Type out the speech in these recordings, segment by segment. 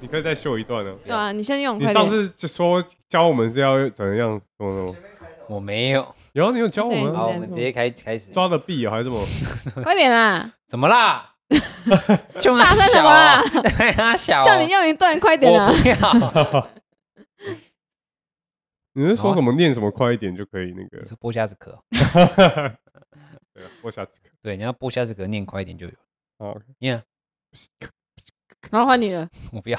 你可以再秀一段呢、对啊，你先用你快点。上次就说教我们是要怎么样，怎么怎么？我没有。有啊你有教我们嗯啊好，我们直接开开始。抓的币啊还是什么？快点啊啦！怎么啦？就 大声什么啦对 啊，小哦。叫你用一段，快点啊啦我！不要。 你是说什么念什么快一点就可以那个你？说剥虾子壳，对啊，我下次对，你要剥虾子壳念快一点就有。好，你看，然后换你 了，我不要，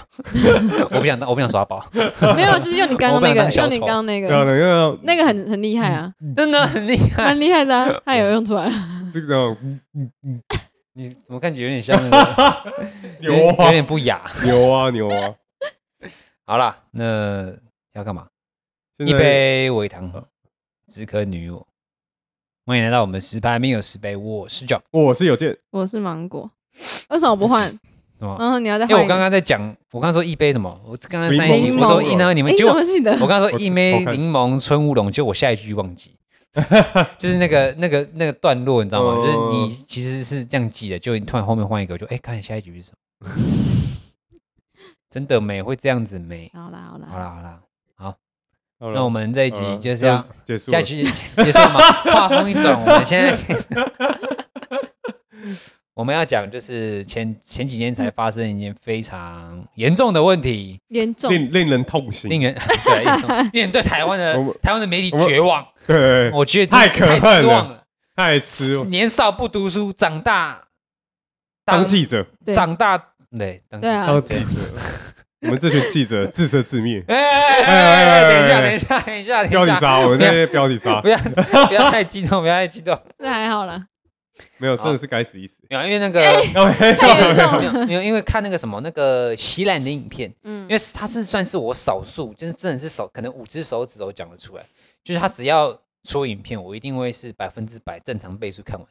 我不想当，我不想耍宝， 没有，就是用你刚刚那我本来个，当小用丑你刚刚那对啊，个，那个那个很很厉害啊，真的很厉害。蛮厉害的 啊，他有用出来了。这个嗯嗯嗯你怎么感觉有点像那个有点牛啊有点不雅。牛啊牛啊！好啦，那要干嘛？现一在杯微糖红，只可女我。欢迎来到我们十杯没有十杯，我是 John。我是有件我是芒果，为什么不换？嗯什么？然后你要再因为换哎我一个。刚刚在讲，我刚刚说一杯什么？我刚刚上一集柠我檬说一呢，你们诶结你怎果么记得？我刚刚我说一杯偷看柠檬春乌龙，结果我下一句 忘记，就是那个那个那个段落，你知道吗？嗯就是你其实是这样记的，就你突然后面换一个，我就哎，看下一局是什么？ 真的美会这样子美？好啦好好啦，啦好啦，好了那我们这一集好了就是要就结束了下一局 结束了吗？话锋一转，我们现 在我们要讲就是前前几天才发生一件非常严重的问题。严重令令人痛心，令人 对令人令人对台湾的嗯我们台湾的媒体我们绝望，对，我觉得太太可恨失望了。太失望。年少不读书，长大当记者，对长大对当记对啊当记者，我们这群记者自生自灭，哎哎哎哎，等一下等一下等一下等标一题下，杀，我们这些标题杀不，要不要太激动，不要太激动，这还好啦，没有，真的是该死一死。没有因为那个要没太严重没了。有没有因为看那个什么那个席兰的影片，嗯因为他是算是我少数，就是真的是手可能五只手指头讲得出来，就是他只要出影片，我一定会是百分之百正常倍数看完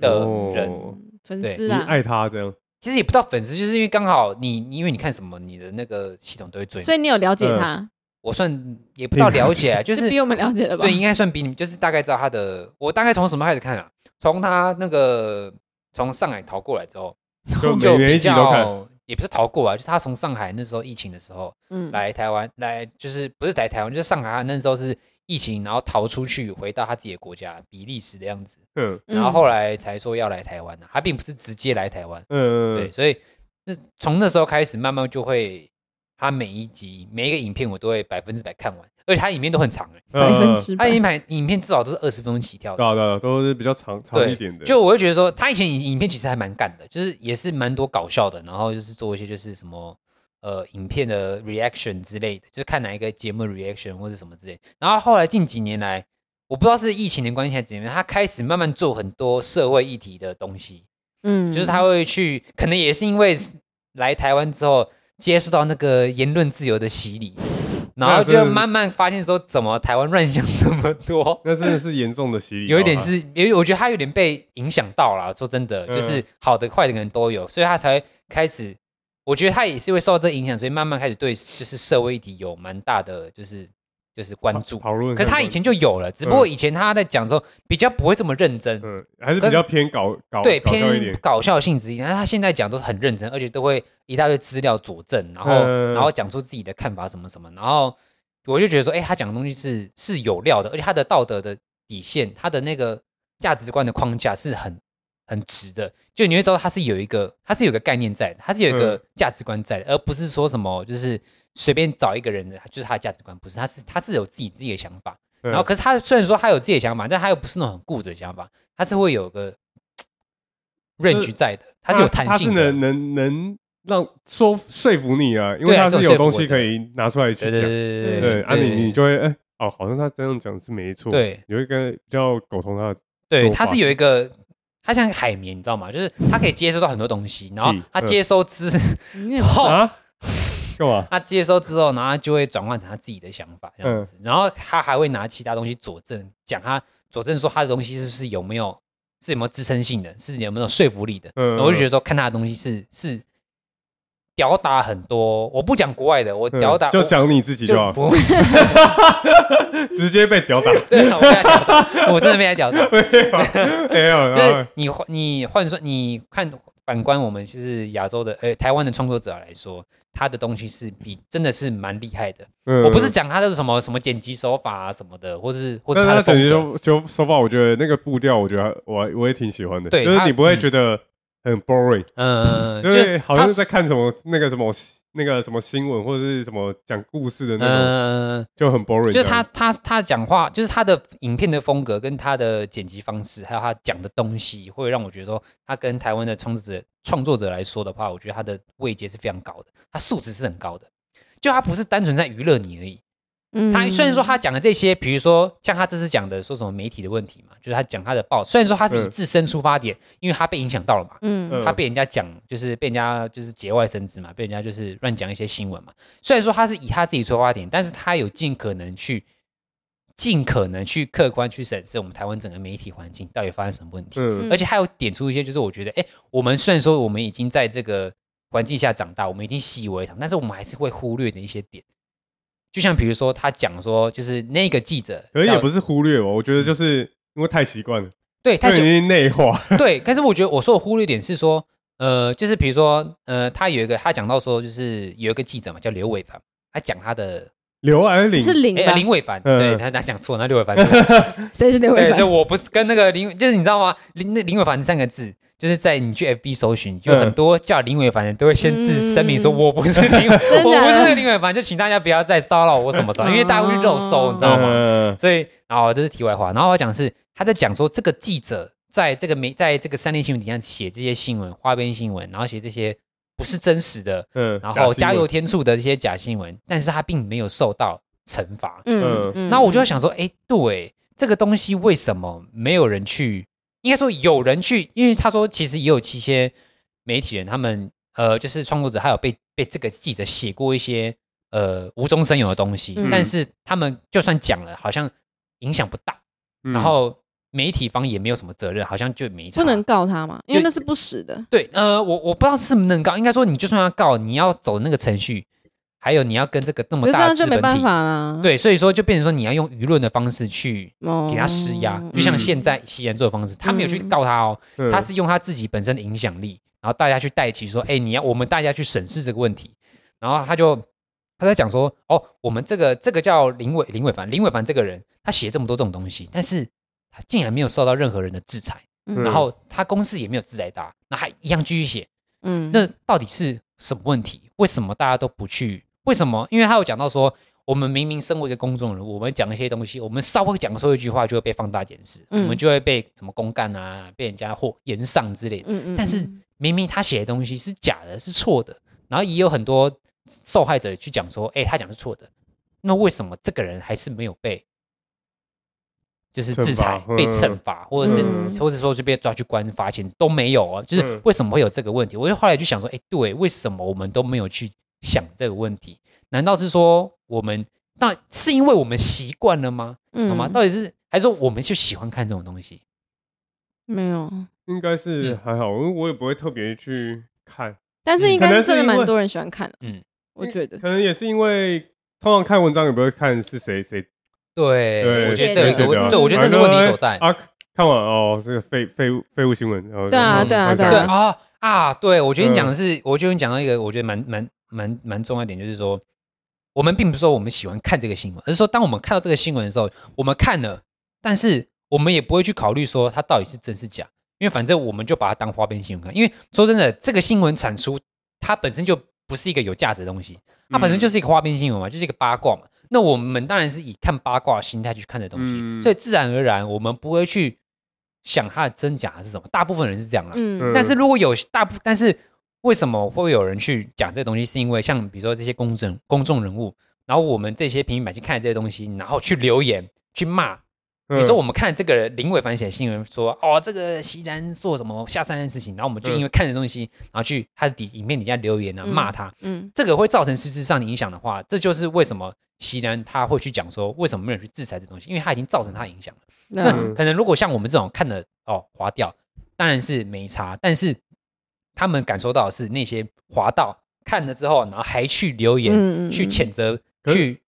的人。哦粉对丝你啊，爱他这样，其实也不到粉丝，就是因为刚好你，你因为你看什么，你的那个系统都会追你。所以你有了解他，我算也不到了 解啊，嗯就这是比我们了解了吧对，？应该算比你们就是大概知道他的。我大概从什么开始看啊？从他那个从上海逃过来之后，就每就每一比集都看，较也不是逃过啊，就是他从上海那时候疫情的时候嗯，来台湾，来就是不是来台湾，就是上海他那时候是疫情，然后逃出去回到他自己的国家比利时的样子，嗯嗯，然后后来才说要来台湾的、啊，他并不是直接来台湾。对，嗯，所以那从那时候开始，慢慢就会，他每一集每一个影片我都会百分之百看完，而且他影片都很长、欸，百分嗯之他百影片影片至少都是二十分钟起跳对的。啊对啊，都是比较长长对，一点的，就我会觉得说，他以前影影片其实还蛮干的，就是也是蛮多搞笑的，然后就是做一些就是什么呃影片的 reaction 之类的，就是看哪一个节目的 reaction 或者什么之类的。然后后来近几年来，我不知道是疫情的关系还是怎么样，他开始慢慢做很多社会议题的东西，嗯，就是他会去，可能也是因为来台湾之后接受到那个言论自由的洗礼，然后那就真的是，慢慢发现说，怎么台湾乱象这么多那真的是严重的洗礼，哦有一点是，有一我觉得他有点被影响到了。说真的，嗯就是好的坏的可能都有，所以他才会开始。我觉得他也是会受到这影响，所以慢慢开始对就是社会议题有蛮大的就是就是关注。讨论，可是他以前就有了，只不过以前他在讲的时候比较不会这么认真，嗯还是比较偏搞搞对搞笑一偏点，搞笑性质一点，但是他现在讲都是很认真，而且都会一大堆资料佐证，然后、嗯然后讲出自己的看法什么什么，然后我就觉得说，哎、他讲的东西是是有料的，而且他的道德的底线，他的那个价值观的框架是很很直的，就你会知道它是有一个，它是有个概念在的，它是有一个嗯价值观在的，而不是说什么就是随便找一个人的，就是他的价值观，不是，他是他是有自己自己的想法。嗯然后，可是他虽然说他有自己的想法，但他又不是那种很固执的想法，他是会有个 range 在的，他是有弹他呃是性的能。能能让说说服你啊，因为对啊他是有有说服东我西的可以拿出来去对讲。对对对对，啊你你就就会哎哦，好像他这样讲是没错，对你会跟比较苟同他的，对，说他法是有一个，他像海绵，你知道吗？就是他可以接收到很多东西，然后是他嗯接收之你也后，啊，干 嘛？他接收之后，然后他就会转换成他自己的想法这嗯样子，然后他还会拿其他东西佐证，讲他佐证说他的东西是不是有没有是有没有支撑性的，是有没有说服力的。嗯然后我就觉得说看他的东西是是表达很多，我不讲国外的，我嗯表达、就我讲你自己就就好，不直接被 屌打，对啊，我被他屌到，我真的被他屌到。没有，啊 就然是后你换你换算，你看反观我们就是亚洲的，呃、台湾的创作者来说，他的东西是比真的是蛮厉害的。嗯我不是，讲他的什么什么剪辑手法啊什么的，或是或是但他他的整风体格，就就手法，我觉得那个步调，我觉得我我也挺喜欢的，对就是他你不会嗯觉得很 boring，嗯，就就是好像他是在看什么那个什么那个什么新闻或者是什么讲故事的那种，嗯，就很 boring，就是这他样他他讲话，就是他的影片的风格跟他的剪辑方式，还有他讲的东西，会让我觉得说，他跟台湾的创作者创作者来说的话，我觉得他的位阶是非常高的，他素质是很高的，就他不是单纯在娱乐你而已。嗯他虽然说他讲的这些，比如说像他这次讲的说什么媒体的问题嘛，就是他讲他的报，虽然说他是以嗯自身出发点，因为他被影响到了嘛，嗯嗯他被人家讲就是被人家就是节外生枝嘛，被人家就是乱讲一些新闻嘛。虽然说他是以他自己出发点，但是他有尽可能去尽可能去客观去审视我们台湾整个媒体环境到底发生什么问题，嗯嗯而且还有点出一些就是我觉得，哎，我们虽然说我们已经在这个环境下长大，我们已经习以为常，但是我们还是会忽略的一些点。就像比如说，他讲说，就是那个记者，可是也叫不是忽略我，我觉得嗯就是因为太习惯了，对，就他已就经内化， 对，但是我觉得我说的忽略点是说，呃，就是比如说，呃，他有一个他讲到说，就是有一个记者嘛，叫刘伟凡，他讲他的刘安岭是林哎吧？林伟凡，嗯对嗯他他讲错，那 刘伟凡对，谁是刘伟对所以凡？我不是跟那个林，就是你知道吗？林那林伟凡三个字。就是在你去 FB 搜寻，就很嗯多叫林伟凡的都会先自声明说：“嗯我不是 林，真我假不的啊哦是林伟凡。”就请大家不要再骚扰我什么什么，因为大家会去肉搜，你知道吗？嗯所以，然后这是题外话。然后我讲是他在讲说，这个记者在这个媒，在这个三立新闻底下写这些新闻、花边新闻，然后写这些不是真实的，嗯然后加加新油闻添醋的这些假新闻，但是他并没有受到惩罚。嗯嗯呃然后我就会想说，哎，对，这个东西为什么没有人去？应该说有人去，因为他说其实也有一些媒体人，他们呃，就是创作者，还有被被这个记者写过一些呃无中生有的东西，嗯但是他们就算讲了，好像影响不大，嗯然后媒体方也没有什么责任，好像就没嗯差不能告他嘛，因为就那是不实的。对，呃，我我不知道是不是能告，应该说你就算要告，你要走那个程序，还有你要跟这个那可么是这大的样资就没本办体，法啦。对，所以说就变成说你要用舆论的方式去哦，给他施压，就嗯像现在西安做的方式，他没有去嗯告他哦，嗯他是用他自己本身的影响力，然后大家去带起说，哎，你要我们大家去审视这个问题，然后他就他在讲说，哦，我们这个这个叫林伟林伟凡，林伟凡这个人，他写这么多这种东西，但是他竟然没有受到任何人的制裁，嗯，嗯然后他公司也没有制裁他，那还一样继续写，嗯，那到底是什么问题？为什么大家都不去？为什么？因为他有讲到说，我们明明身为一个公众人物，我们讲一些东西，我们稍微讲错一句话就会被放大检视，嗯我们就会被什么公干啊，被人家或延上之类的。嗯嗯，但是嗯明明他写的东西是假的，是错的，然后也有很多受害者去讲说，哎、他讲是错的，那为什么这个人还是没有被？就是惩制裁罚、嗯被惩罚，或者是、嗯或者说就被抓去关、罚钱都没有啊，就是嗯为什么会有这个问题？我就后来就想说，哎、对，为什么我们都没有去想这个问题？难道是说我们那是因为我们习惯了吗？好嗯吗？到底是还是说我们就喜欢看这种东西？没有，应该是嗯还好，因为我也不会特别去看，但是应嗯可该能是真的是因为蛮多人喜欢看的。嗯嗯，我觉得可能也是因为通常看文章也不会看是谁谁对，对我觉谁得这写是谁的个的啊，问，对我觉得这是反问正题哎所在。啊。看完哦，这个废废物废物新闻，哦对啊然后对啊看一下对对啊啊，对我觉得你嗯讲的是，我觉得你讲到一个，我觉得蛮蛮蛮蛮重要的点，就是说，我们并不是说我们喜欢看这个新闻，而是说当我们看到这个新闻的时候，我们看了，但是我们也不会去考虑说它到底是真是假，因因为反正我们就把它当花边新闻看。因为说真的，这个新闻产出它本身就不是一个有价值的东西，它本身就是一个花边新闻嘛，就是一个八卦嘛。那我们当然是以看八卦的心态去看这东西，嗯所以自然而然我们不会去想它的真假是什么。大部分人是这样啦，嗯那但是如果有大部，但是为什么会有人去讲这东西？是因为像比如说这些公众公众人物，然后我们这些平民百姓看这些东西，然后去留言去骂。嗯比如说我们看这个林伟凡写的新闻说，哦，这个西南做什么下三滥事情，然后我们就因为看这东西，然后去他的底影片底下留言啊嗯骂他，嗯这个会造成实质上的影响的话，这就是为什么西南他会去讲说为什么没有人去制裁这东西，因为他已经造成他的影响了。那嗯那可能如果像我们这种看的哦划掉，当然是没差，但是他们感受到的是那些划到看了之后，然后还去留言、嗯嗯去嗯谴责、可是去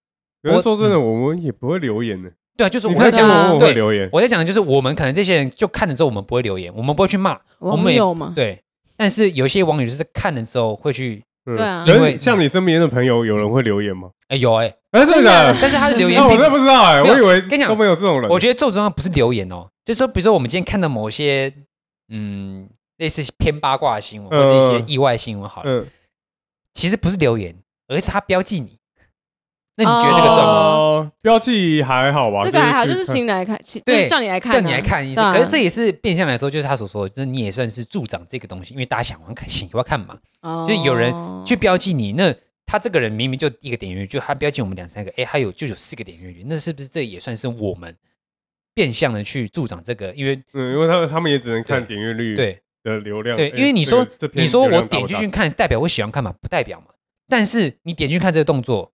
可是说真的，我们也不会留言的。对啊，嗯就是你我看在新讲闻的我啊们对会留言，我在讲的就是我们可能这些人就看了之后，我们不会留言，我们不会去骂，我网们也友嘛，对，但是有些网友就是看了之后会去，对对啊嗯可因为是像你身边的朋友，有人会留言吗？哎、有哎、哎，真的假的？但是他的留 言那我并真不知道哎，没有我以为跟你讲都没有这种人。我觉得最重要不是留言哦，就是说，比如说我们今天看到某些嗯类似偏八卦的新闻，或者一嗯些意外新闻，好了，嗯，其实不是留言，而是他标记你。那你觉得这个算吗？哦，标记还好吧？这个还好，就是啊去新来看，其就对是叫你来看啊，叫你来看一次，对啊可是这也是变相来说，就是他所说的，就是你也算是助长这个东西，因为大家想玩看，喜欢看嘛，就是有人哦去标记你。那他这个人明明就一个点阅率，就他标记我们两三个，哎，他有就有四个点阅率，那是不是这也算是我们变相的去助长这个？因为嗯，因为他们他们也只能看对点阅率对，的流量。对，哎因为你这个说、这篇你说流量嗯我大点不进大去看，代表我喜欢看嘛？不代表嘛。但是你点进去看这个动作，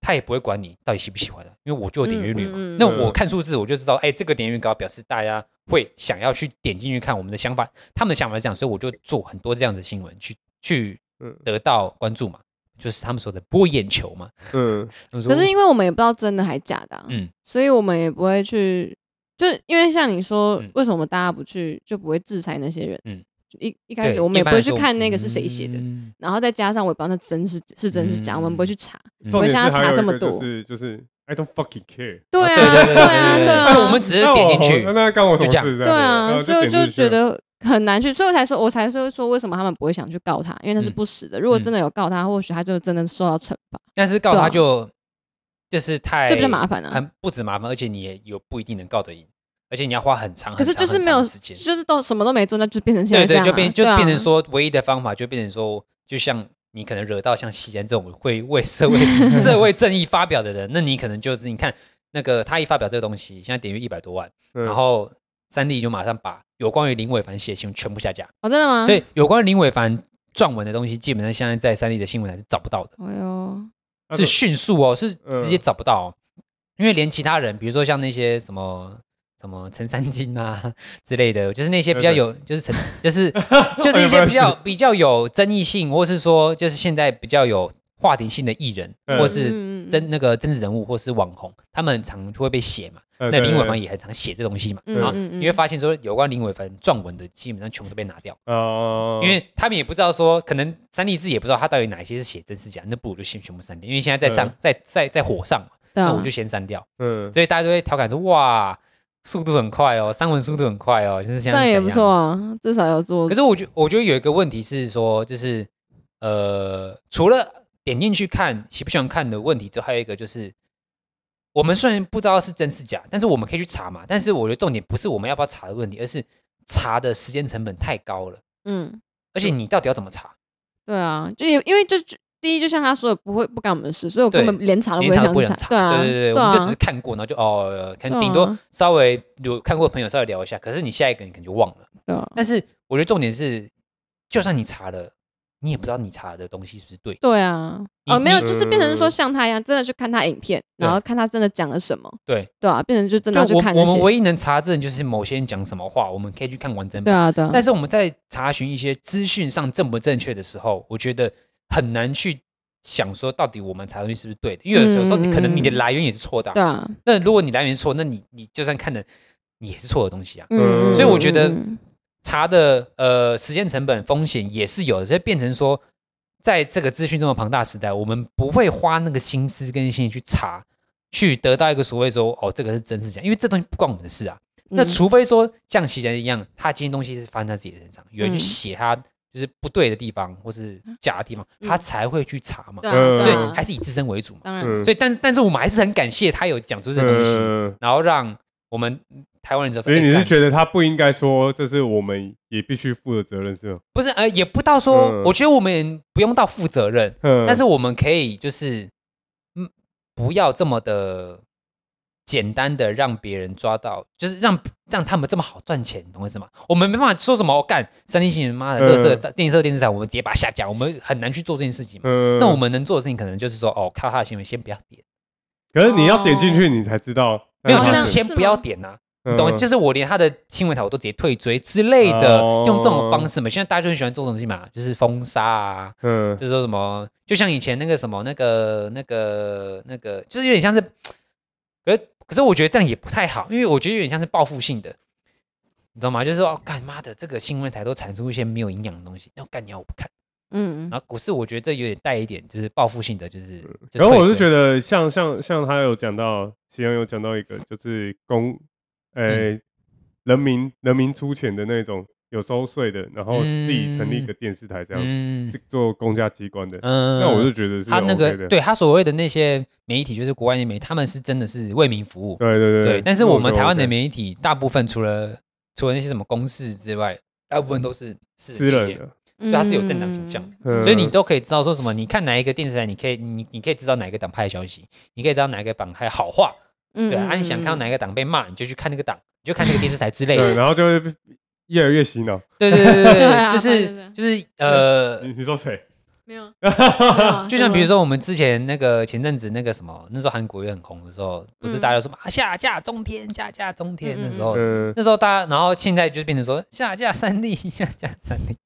他也不会管你到底喜不喜欢的，因为我就有点阅率嘛。嗯嗯嗯那我看数字我就知道，哎、这个点阅率高，表示大家会想要去点进去看我们的想法，他们的想法是这样，所以我就做很多这样的新闻去去嗯得到关注嘛，就是他们说的博眼球嘛。嗯，可可是因为我们也不知道真的还假的、啊，嗯所以我们也不会去，就是因为像你说，嗯为什么大家不去，就不会制裁那些人？嗯嗯，一一开对，始我们也一不般会来去说看那个是谁写的，嗯然后再加上我也不知道那真是是真是假，嗯我们不会去查，重我点现在是还有查这一么个多就是就是，I don't fucking care。对啊，对哦对对对对啊，对对，我啊们，只是那呃点我哦进去，那那干我什么就这样事？对啊，所以我呃就就觉得。很难去，所以我才说，我才说说为什么他们不会想去告他，因为那是嗯不实的。如果嗯真的有告他，或许他就真的受到惩罚，但是告对啊他就、就是太这比较麻烦啊。很不止麻烦，而且你也有不一定能告得赢，而且你要花很长，可是很长就是很没长有，的时间，就是都什么都没做，那就变成现在这对对，样啊、就变就对啊变成说，唯一的方法就变成说，就像你可能惹到像西安这种会为 社会社会正义发表的人，那你可能就是你看那个他一发表这个东西，现在点阅一百多万，嗯然后三立就马上把有关于林伟凡写的新闻全部下架，哦，真的吗？所以有关于林伟凡撰文的东西，基本上现在在三立的新闻台是找不到的。哎呦，嗯那是种迅速哦，是嗯直接找不到、哦，因为连其他人，比如说像那些什么什么陈三金啊 之类的，就是那些比较有，就是陈， 就是就是一些比较比较有争议性，或是说就是现在比较有话题性的艺人，嗯或就是嗯真那个真实人物，或是网红，他们很常会被写嘛。呃那对林伟对凡也很常写这东西嘛，嗯然后嗯嗯你会发现说，有关林伟凡撰文的，基本上全部都被拿掉。哦，因为他们也不知道说，可能三立字也不知道他到底哪一些是写真是假，那不如就先全部删掉，因为现在在上、嗯在在在火上嘛，对那啊我就先删掉，嗯，所以大家都会调侃说，哇，速度很快哦，删文速度很快哦，就是这现在样是也怎不错。啊，至少有做可。是我觉我觉得有一个问题是说，就是呃，除了点进去看喜不喜欢看的问题之外，还有一个就是。我们虽然不知道是真是假，但是我们可以去查嘛。但是我觉得重点不是我们要不要查的问题，而是查的时间成本太高了，嗯，而且你到底要怎么查？对啊，就也因为就就第一，就像他说的，不会不干我们的事，所以我根对本连查都连会查都想不去想查。查，对啊，对对，对我啊，们就只是看过，然后就哦，呃可能顶对多啊稍微有看过的朋友稍微聊一下，可是你下一个你可能就忘了。对啊但是我觉得重点是，就算你查了，你也不知道你查的东西是不是对。对啊，你哦，没有，你就是变成说嗯像他一样，真的去看他影片，对然后看他真的讲了什么。对，对啊，变成就真的对要去我看我那们些。唯一能查证就是某些人讲什么话，我们可以去看完整对版。啊，对啊。但是我们在查询一些资讯上正不正确的时候，我觉得很难去想说到底我们查的东西是不是对的，因为有时候你可能你的嗯嗯嗯来源也是错的啊、对啊，那如果你来源是错，那你你就算看的你也是错的东西啊。嗯嗯，所以我觉得嗯查的呃时间成本风险也是有的，所以变成说，在这个资讯这么庞大的时代，我们不会花那个心思跟心力去查，去得到一个所谓说哦这个是真是假，因为这东西不关我们的事啊。那嗯除非说像袭人一样，他今天东西是发生在自己的身上，有人去嗯写他就是不对的地方或是假的地方，他嗯才会去查嘛。对嗯啊，所对以啊还是以自身为主嘛。当然，嗯，所以，但但是我们还是很感谢他有讲出这东西，嗯然后让我们台湾人知道说。所以你哎是干觉得他不应该说，这是我们也必须负的责任是吗？不是？呃，也不到说，嗯我觉得我们不用到负责任，嗯，但是我们可以就是，嗯，不要这么的简单的让别人抓到，就是让让他们这么好赚钱，你懂我意思吗？我们没办法说什么，哦干三立新闻妈的，嗯乐色电视电视台，我们直接把它下架，我们很难去做这件事情嘛。嗯，那我们能做的事情，可能就是说，哦，看到他的新闻先不要点，可是你要点进去，你才知道嗯没有，那就他是是先是不要吗点呐、啊嗯懂吗？就是我连他的新闻台我都直接退追之类的，哦用这种方式嘛。现在大家就很喜欢做这种东西嘛，就是封杀啊，嗯就是说什么，就像以前那个什么那个那个那个，就是有点像是，可是可是我觉得这样也不太好，因为我觉得有点像是报复性的，你知道吗？就是说，哦干、妈的，这个新闻台都产出一些没有营养的东西，那干鸟我不看。嗯，然后可是我觉得这有点带一点就是报复性的，就是。就呃然后我退是追觉得像像像他有讲到，其中有讲到一个就是公，呃、嗯人民人民出钱的那种有收税的，然后自己成立一个电视台这样，嗯是做公家机关的。嗯那我就觉得是他那 OK 个的，对他所谓的那些媒体，就是国外的媒体，他们是真的是为民服务。对对对，但是我们台湾的民媒体大部分除了除了那些什么公事之外，大部分都是私私人企嗯人业的，所以它是有正当倾向的嗯所以你都可以知道说什么，你看哪一个电视台，你可以你你可以知道哪个党派的消息，你可以知道哪个党派好话，嗯对啊，啊你想看到 哪个党被骂，你就去看那个党，你就看那个电视台之类对，的。然后就会越来越洗脑。对对对对对啊 就对是对就是呃你，你说谁？没有，就像比如说我们之前那个前阵子那个什么，那时候韩国也很红的时候，不嗯是大家都说嘛、啊下架中天，下架中天嗯嗯那时候。嗯， 那时候大家，然后现在就变成说下架三例，下架三例，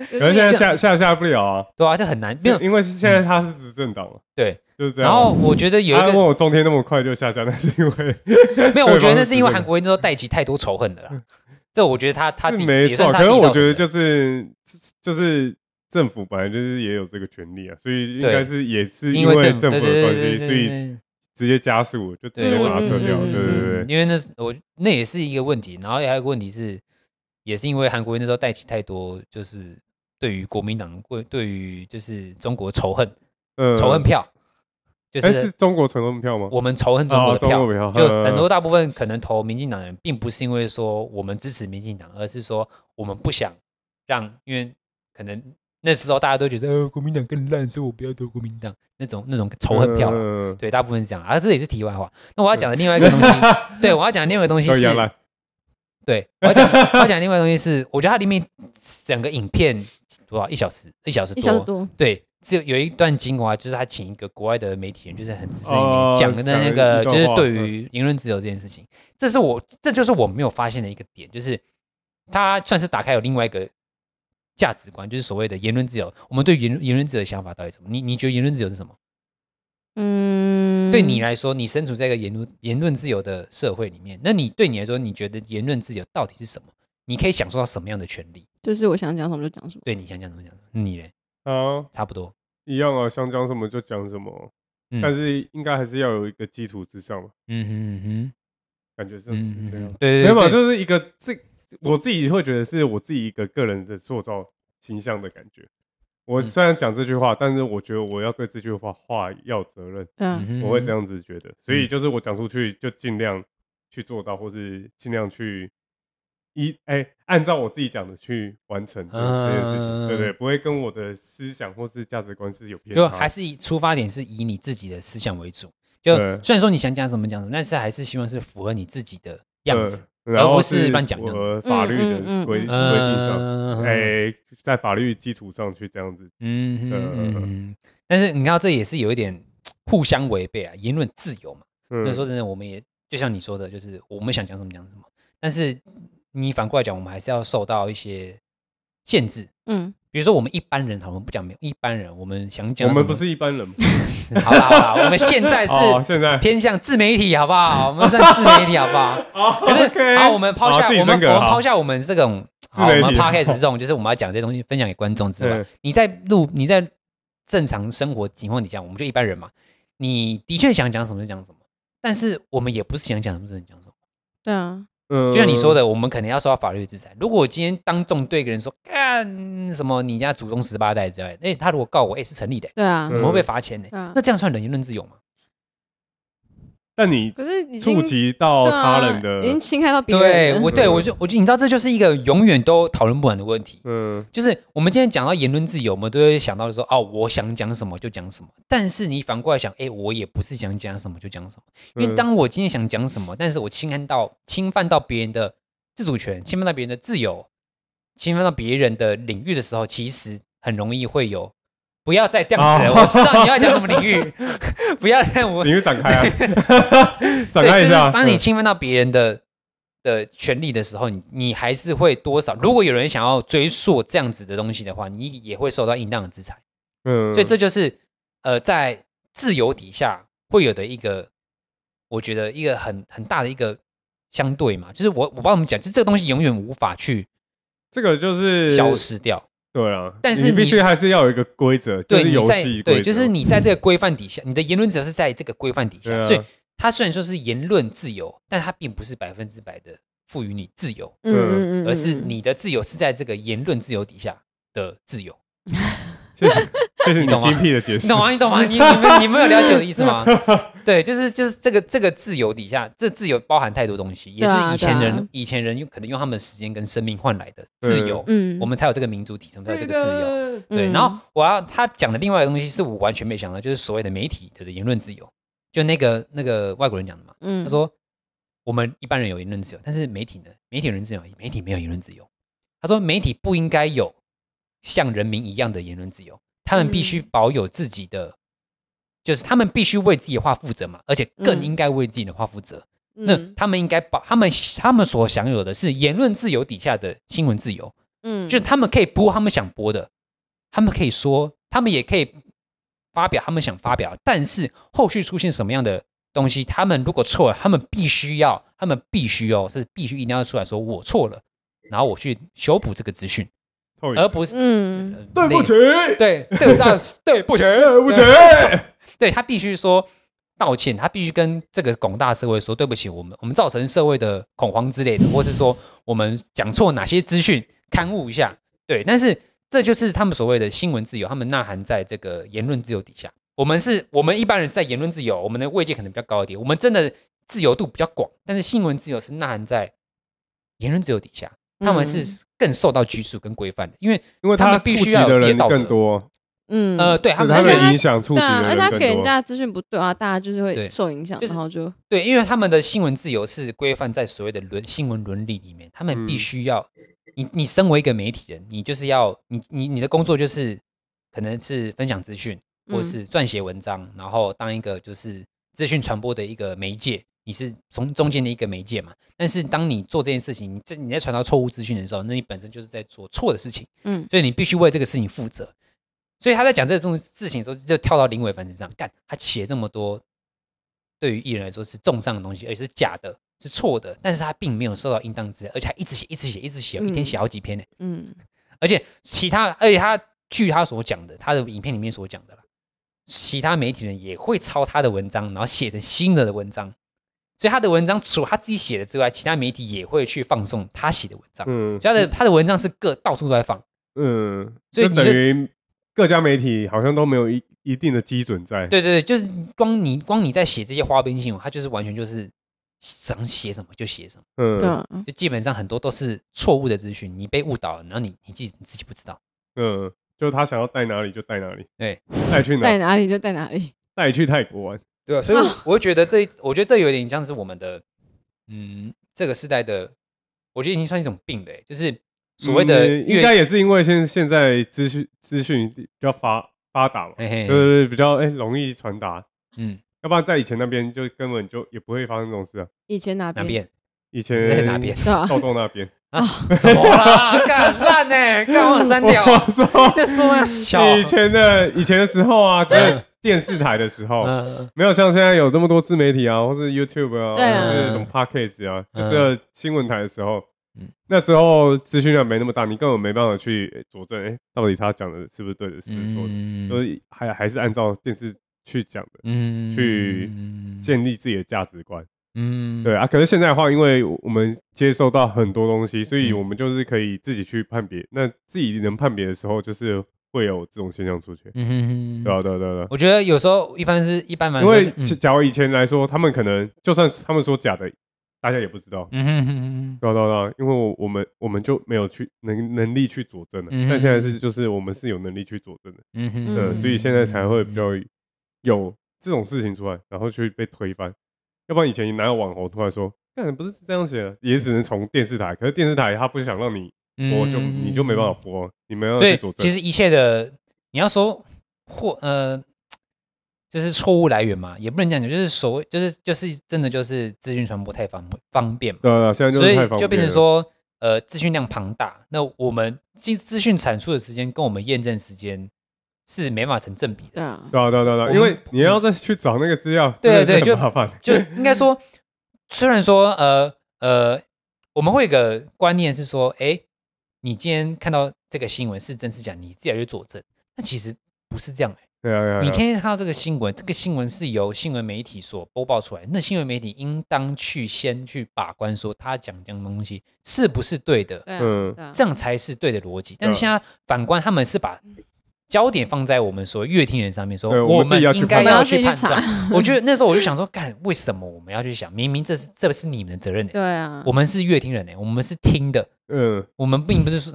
啊可是现在下下下不了啊，对啊，就很难。没有因为现在他是执政党嘛，对，就是这样。啊然后我觉得有一他问个我中天那么快就下架， 那是因为没有，我觉得那是因为对方是韩国人那时候带起太多仇恨 了啦。这我觉得他他自哎是己没也算错，他可自是己我造觉得成的就是就是政府本来就是也有这个权利啊，所以应对该是也是因为政政府对的对关对系，对所以对直接加速就直对接我把它撤掉，嗯嗯嗯对对嗯对，因为那是我那也是一个问题，然后还有一个问题是，也是因为韩国人那时候带起太多就是对于国民党对对于就是中国仇恨嗯仇恨票，就哎是是中国仇恨票吗？我们仇恨中国哦的中票国。票就很嗯多大部分可能投民进党的人，并不是因为说我们支持民进党，而是说我们不想让，因为可能那时候大家都觉得呃国民党更烂，所以我不要投国民党那种那种仇恨票啦。啊嗯对，大部分是这样啊，这也是题外话。那我要讲的另外一个 东西，对我要讲的另外一个东西都一是样，烂，对我要讲我要讲的另外一个东西是，我觉得它里面整个影片多少一小时，一小时一小时多，多，对，只有有一段精华，就是他请一个国外的媒体人，就是很资深哦讲的讲了那一个，就段是话嗯对于言论自由这件事情，这是我这就是我没有发现的一个点，就是他算是打开有另外一个价值观，就是所谓的言论自由。我们对言言论自由的想法到底是什么？你你觉得言论自由是什么？嗯，对你来说，你身处在一个言论言论自由的社会里面，那你对你来说，你觉得言论自由到底是什么？你可以享受到什么样的权利？就是我想讲什么就讲什么，对你想讲什么讲什么？你嘞，啊，差不多。一样啊，想讲什么就讲什么嗯，但是应该还是要有一个基础之上吧，嗯哼嗯哼，感觉是嗯是嗯这样哼，。没对对有嘛，对，就是一个这我自己会觉得是我自己一个个人的塑造形象的感觉。嗯我虽然讲这句话，但是我觉得我要对这句话话要有责任，嗯我会样。这样子觉得。所嗯以就是我讲出去就尽量去做到，或是尽量去一哎、按照我自己讲的去完成这嗯这件事情，对不对？不会跟我的思想或是价值观是有偏就差还的。是以出发点是以你自己的思想为主。就对虽然说你想讲什么讲什么，但是还是希望是符合你自己的样子。嗯，然而后不是乱讲的我法律的嗯嗯嗯规规定嗯上，嗯哎、在法律基础上去这样子嗯哼嗯呃哼但是你看到这也是有一点互相违背啊，言论自由嘛。嗯所以说真的，我们也就像你说的，就是我们想讲什么讲什么，但是你反过来讲，我们还是要受到一些限制。嗯，比如说我们一般人，好，我们不讲没有一般人，我们想讲我什们么不是一般 人嘛好啦好啦，我们 现在哦，是现在偏向自媒体，好不好？我们算自媒体，好 不好？哦可是， OK 好，我们抛下好我自己们我升们格好抛下我们这种哦自好，我媒体们 podcast 这种，就是我们要讲这些东西，分享给观众之外嗯，你在录你在正常生活情况底下，我们就一般人嘛，你的确想讲什么就讲什么，但是我们也不是想讲什么就能讲什么，对啊，嗯，就像你说的，我们可能要受到法律制裁。如果我今天当众对一个人说干什么你家祖宗十八代之类的，哎、他如果告我，哎、是成立的、对啊嗯呃我，们会被罚钱的、对啊那。这样算人言论自由吗？但你可是已经触及到对他啊人的，已经侵害到别对人我，了，对我就我就你知道，这就是一个永远都讨论不完的问题。嗯就是我们今天讲到言论自由，我们都会想到说，哦，我想讲什么就讲什么。但是你反过来想，哎、我也不是想讲什么就讲什么，因嗯为当我今天想讲什么，但是我侵犯到侵犯到别人的自主权，侵犯到别人的自由，侵犯到别人的领域的时候，其实很容易会有。不要再这样子了，哦我知道你要讲什么领域， 不要再 我你会展开啊， 展对，开一就下。是当你嗯侵犯到别人的的权利的时候，你你还是会多少。如果有人想要追溯这样子的东西的话，你也会受到应当的制裁。嗯，所以这就是呃，在自由底下会有的一个，我觉得一个很很大的一个相对嘛，就是我我帮你们讲，就是这个东西永远无法去这个就是消失掉。对啊，但是你必你须还是要有一个规则，就对，是你游在戏规则，嗯对，就是你在这个规范底下，你的言论自由是在这个规范底对下，啊所以它虽然说是言论自由，但它并不是百分之百的赋予你自由。嗯嗯嗯，嗯而是你的自由是在这个言论自由底下的自由，谢 谢谢谢你你懂吗精辟的解你释，懂吗？你懂吗？你你们你们有了解我的意思 吗？对，就是就是这个这个自由底下，这自由包含太多东西，也对是啊以前对啊人、以前人用可能用他们的时间跟生命换来的自由，嗯，我们才有这个民族体，才有这个自由。由，对，嗯然后我要他讲的另外一个东西是我完全没想到，就是所谓的媒体的言论自由，就那个那个外国人讲的嘛，嗯他说我们一般人有言论自由，但是媒体呢？媒体有言论自由，媒体没有言论自由。他说媒体不应该有像人民一样的言论自由，他们必须嗯保有自己的，就是他们必须为自己的话负责嘛，而且更嗯应该为自己的话负责。那嗯他们应该保他们他们所享有的是言论自由底下的新闻自由，嗯就是他们可以播他们想播的，他们可以说，他们也可以发表他们想发表，但是后续出现什么样的东西，他们如果错了，他们必须要，他们必须哦，是必须一定要出来说我错了，然后我去修补这个资讯，透一而下不是、嗯呃对不起，，对对不到对不起，对不起，对他必须说道歉，他必须跟这个广大社会说对不起，我们我们造成社会的恐慌之类的，或是说我们讲错哪些资讯，刊物一下。对，但是这就是他们所谓的新闻自由，他们呐喊在这个言论自由底下。我们是我们一般人是在言论自由，我们的位阶可能比较高一点，我们真的自由度比较广，但是新闻自由是呐喊在言论自由底下，他们是更受到拘束跟规范的，因为因为他他们必触须及要有的自己的人道德更多，嗯呃，对他对们他而且的他影响触及对啊，的而且他人给更人多。家的资讯不对啊，大家就是对会受影响，就是然后就对，因为他们的新闻自由是规范在所谓的伦新闻伦理里面，他们必嗯须要、你你身为一个媒体人，你就是要你你你的工作就是可能是分享资讯，或嗯是撰写文章，然后当一个就是资讯传播的一个媒介，你是从中间的一个媒介嘛。但是当你做这件事情，你这你在传达错误资讯的时候，那你本身就是在做错的事情。嗯所以你必须为这个事情负责。所以他在讲这种事情的时候，就跳到林伟凡身上，干他写这么多，对于艺人来说是重伤的东西，而且是假的，是错的，但是他并没有受到应当制裁，而且还一直写，一直写，一直写，一天嗯写好几篇呢。嗯而且其他，而且他据他所讲的，他的影片里面所讲的啦，其他媒体人也会抄他的文章，然后写成新的的文章。所以他的文章除了他自己写的之外，其他媒体也会去放送他写的文章。嗯所以他的他的文章是各到处都在放。嗯，所以就你等就于各家媒体好像都没有一一定的基准在。对对对，就是光你光你在写这些花边新闻，它就是完全就是想写什么就写什么，对嗯啊，就基本上很多都是错误的资讯，你被误导了，然后你你自己你自己不知道。嗯，就他想要带哪里就带哪里，对，带去在哪哪里就在哪里，带去泰国玩。对啊，所以 我我会觉得这，我觉得这有点像是我们的，嗯，这个时代的，我觉得已经算一种病了欸，就是所谓的嗯应越该也是因为现现在资讯资讯比较发发达嘛，嘿嘿对嘿，对对，比较哎容易传达。嗯，要不然在以前那边就根本就也不会发生这种事啊。以前哪哪边？边以前是在哪边？对啊，豆豆那边，什么啦？干烂呢？干我删掉。啊 哦我说在说那小，以前的以前的时候 啊，在电视台的时候，嗯，没有像现在有这么多自媒体啊，或是 YouTube 啊，对啊或是什么 Podcast 啊，嗯就这新闻台的时候嗯，那时候资讯量没那么大，你根本没办法去诶佐证，哎，到底他讲的是不是对的，是不是错的，嗯所以还还是按照电视去讲的，嗯去建立自己的价值观。嗯，对啊，可是现在的话，因为我们接收到很多东嗯西，所以我们就是可以自己去判别。那自己能判别的时候，就是会有这种现象出现。嗯哼哼对啊，对啊，对啊。对啊我觉得有时候一般是一般蛮因多为是嗯其假如以前来说，他们可能就算是他们说假的，大家也不知道。嗯哼哼哼对啊，对啊，对啊因为我我们我们就没有去能能力去佐证了。嗯哼但现在是就是我们是有能力去佐证的，嗯哼嗯嗯对，所以现在才会比较有这种事情出来，然后去被推翻。要不然以前哪有网红突然说，看不是这样写的，也只能从电视台。可是电视台他不想让你播，就你就没办法。嗯播，啊你没有所以去佐证嗯其。实一切的你要说或呃，就是错误来源嘛，也不能讲，就是所谓就是就是真的就是资讯传播太方方便嘛，对啊，对啊现在就所是以太方便就变成了，说呃资讯量庞大，那我们资资讯产出的时间跟我们验证时间是没法成正比的对。啊，对啊，对啊，对啊，我因为们你要再去找那个资料，对真的是对就很麻烦。就应该说，虽然说呃呃，我们会有个观念是说，哎，你今天看到这个新闻是真是假，你自己要去佐证。但其实不是这样、诶对啊，对啊，你对啊天天看到这个新闻，这个新闻是由新闻媒体所播报出来，那新闻媒体应当去先去把关，说他讲这样东西是不是对的，对啊，嗯，对啊，这样才是对的逻辑。但是对啊现在反观他们是把。焦点放在我们所谓乐听人上面，说对我我们自们己要去应该判断要我们要自去己判去断。我觉得那时候我就想说，干，为什么我们要去想？明明这是这是你们的责任呢、对啊，我们是乐听人呢、欸我们是听的，嗯，我们并 不是说。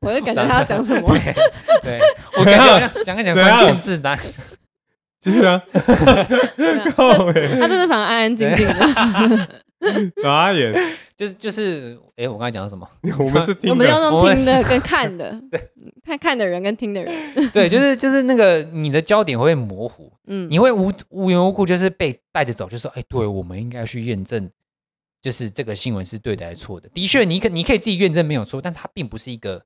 我就感觉他要讲什么，对，对我感觉好像讲一讲怎样关键字，那继续 啊，靠北他真的反而安安静静的。眨眼，就是就是，哎、我刚才讲到什么？我们是我听们要的，我用们听的跟看 的，看看的人跟听的人，对，就是就是那个你的焦点会模糊，嗯，你会无无缘无故就是被带着走，就说，哎、对我们应该要去验证，就是这个新闻是对的还是错的。的确，你可你可以自己验证没有错，但它并不是一个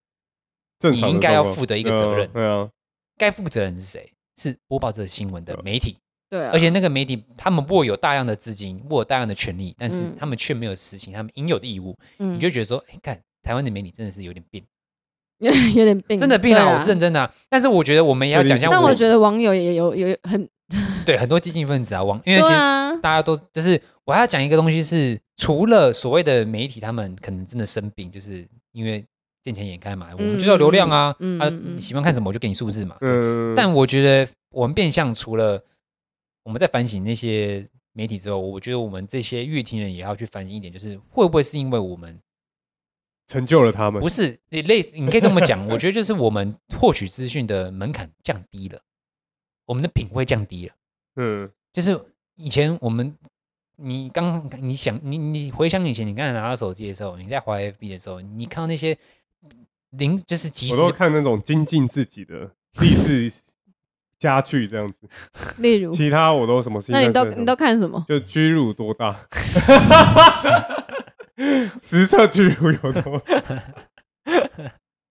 正常的你应该要状况负的一个责任对啊，该负责人是谁，是播报这个新闻的媒体。对啊，而且那个媒体他们握有大量的资金，握有大量的权利，但是嗯他们却没有实行他们应有的义务，你你就觉得说，哎，看台湾的媒体真的是有点病， 有点病，真的病嗯对啊啊，我是认真的啊。但是我觉得我们也要讲一下，但我觉得网友也有有有很对很多激进分子啊，网因为对其实啊，大家都就是我还要讲一个东西是，除了所谓的媒体他们可能真的生病，就是因为见钱眼开嘛，我们就是要流量啊，嗯嗯嗯啊嗯嗯你喜欢看什么我就给你数字嘛，对嗯，但我觉得我们变相除了我们在反省那些媒体之后，我觉得我们这些乐听人也要去反省一点，就是会不会是因为我们成就了他们不，是你类，你可以这么 讲，我觉得就是我们获取资讯的门槛降低了，我们的品味降低了，嗯，就是以前我们。你刚你想你你回想以前，你刚才拿到手机的时候，你在滑 FB 的时候，你看到那些零就是即时我都看那种精进自己的励志家具这样子，例嗯如，其他我都什么事情那在你身上？都你都看什么？就居乳多大，实测居乳有多大？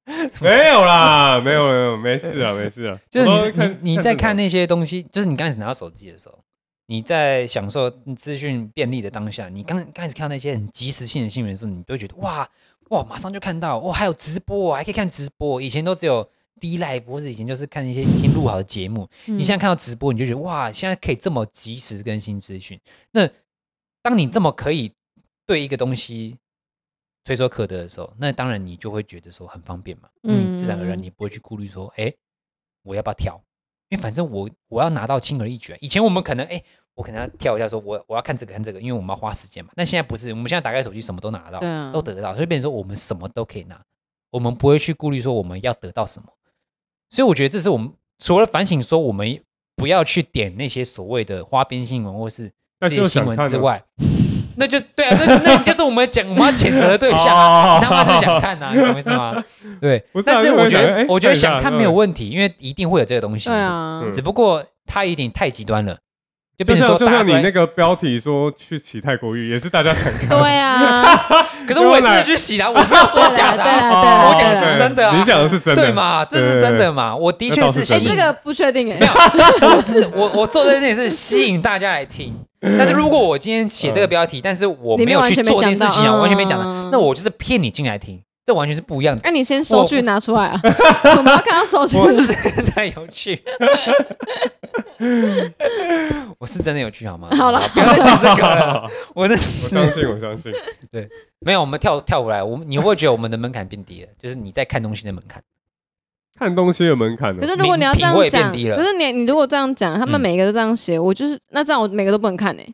没有啦，没有没有，没事啊，没事啊。就是我都你你你在看这种那些东西，就是你刚开始拿到手机的时候，你在享受资讯便利的当下，你刚刚开始看到那些很即时性的新闻的时候，你都会觉得哇哇，马上就看到哇，还有直播，还可以看直播。以前都只有 D Live，或者以前就是看一些已经录好的节目，你你现在看到直播，你就觉得哇，现在可以这么及时更新资讯。那当你这么可以对一个东西垂手可得的时候，那当然你就会觉得说很方便嘛，嗯嗯，自然而然你不会去顾虑说，哎、我要不要跳？因为反正我我要拿到轻而易举啊。以前我们可能哎、我可能要跳一下说我我要看这个看这个，因为我们要花时间嘛。但现在不是，我们现在打开手机什么都拿到，对嗯啊都得到，所以变成说我们什么都可以拿，我们不会去顾虑说我们要得到什么。所以我觉得这是我们除了反省说我们不要去点那些所谓的花边新闻或是这那些就新想闻看之啊外，那就对啊，那那就是我们讲我们要谴责的对哦象啊。哦他妈就想 看啊，你懂我意思吗？对不，是啊但是就会我觉想哎得，我觉得看一下想看没有问题，因为一定会有这个东西对。啊，嗯只不过它有点太极端了，就就变成像说就大家像都你在那个标题说去洗泰国浴，也是大家想看。对 啊，可是我也真的去洗啦，我没有说 假对啦的对啊，啦哦我讲的是对真的啊你讲的是真的，对嘛？这是真的嘛？我的那确倒是是真吸哎，的引这个不确定哎没，有，我 是我我做这件事是吸引大家来听。但是如果我今天写这个标题，但是我你没有完去全没做这件讲事到情啊，我完全没讲到嗯，那我就是骗你进来听，这完全是不一样的。那你先收据拿出来 啊！我们要看到收据。我 是真的有趣， 我是真的有趣，好吗？好了不要再讲这个啊了。我真的 我相信，我相信。没有，我们跳跳回来，我们你会觉得我们的门槛变低了，就是你在看东西的门槛。看东西的门槛呢可？是如果你要这样品味变讲，低了可是你你如果这样讲，他们嗯每一个都这样写，我就是那这样我每个都不能看哎、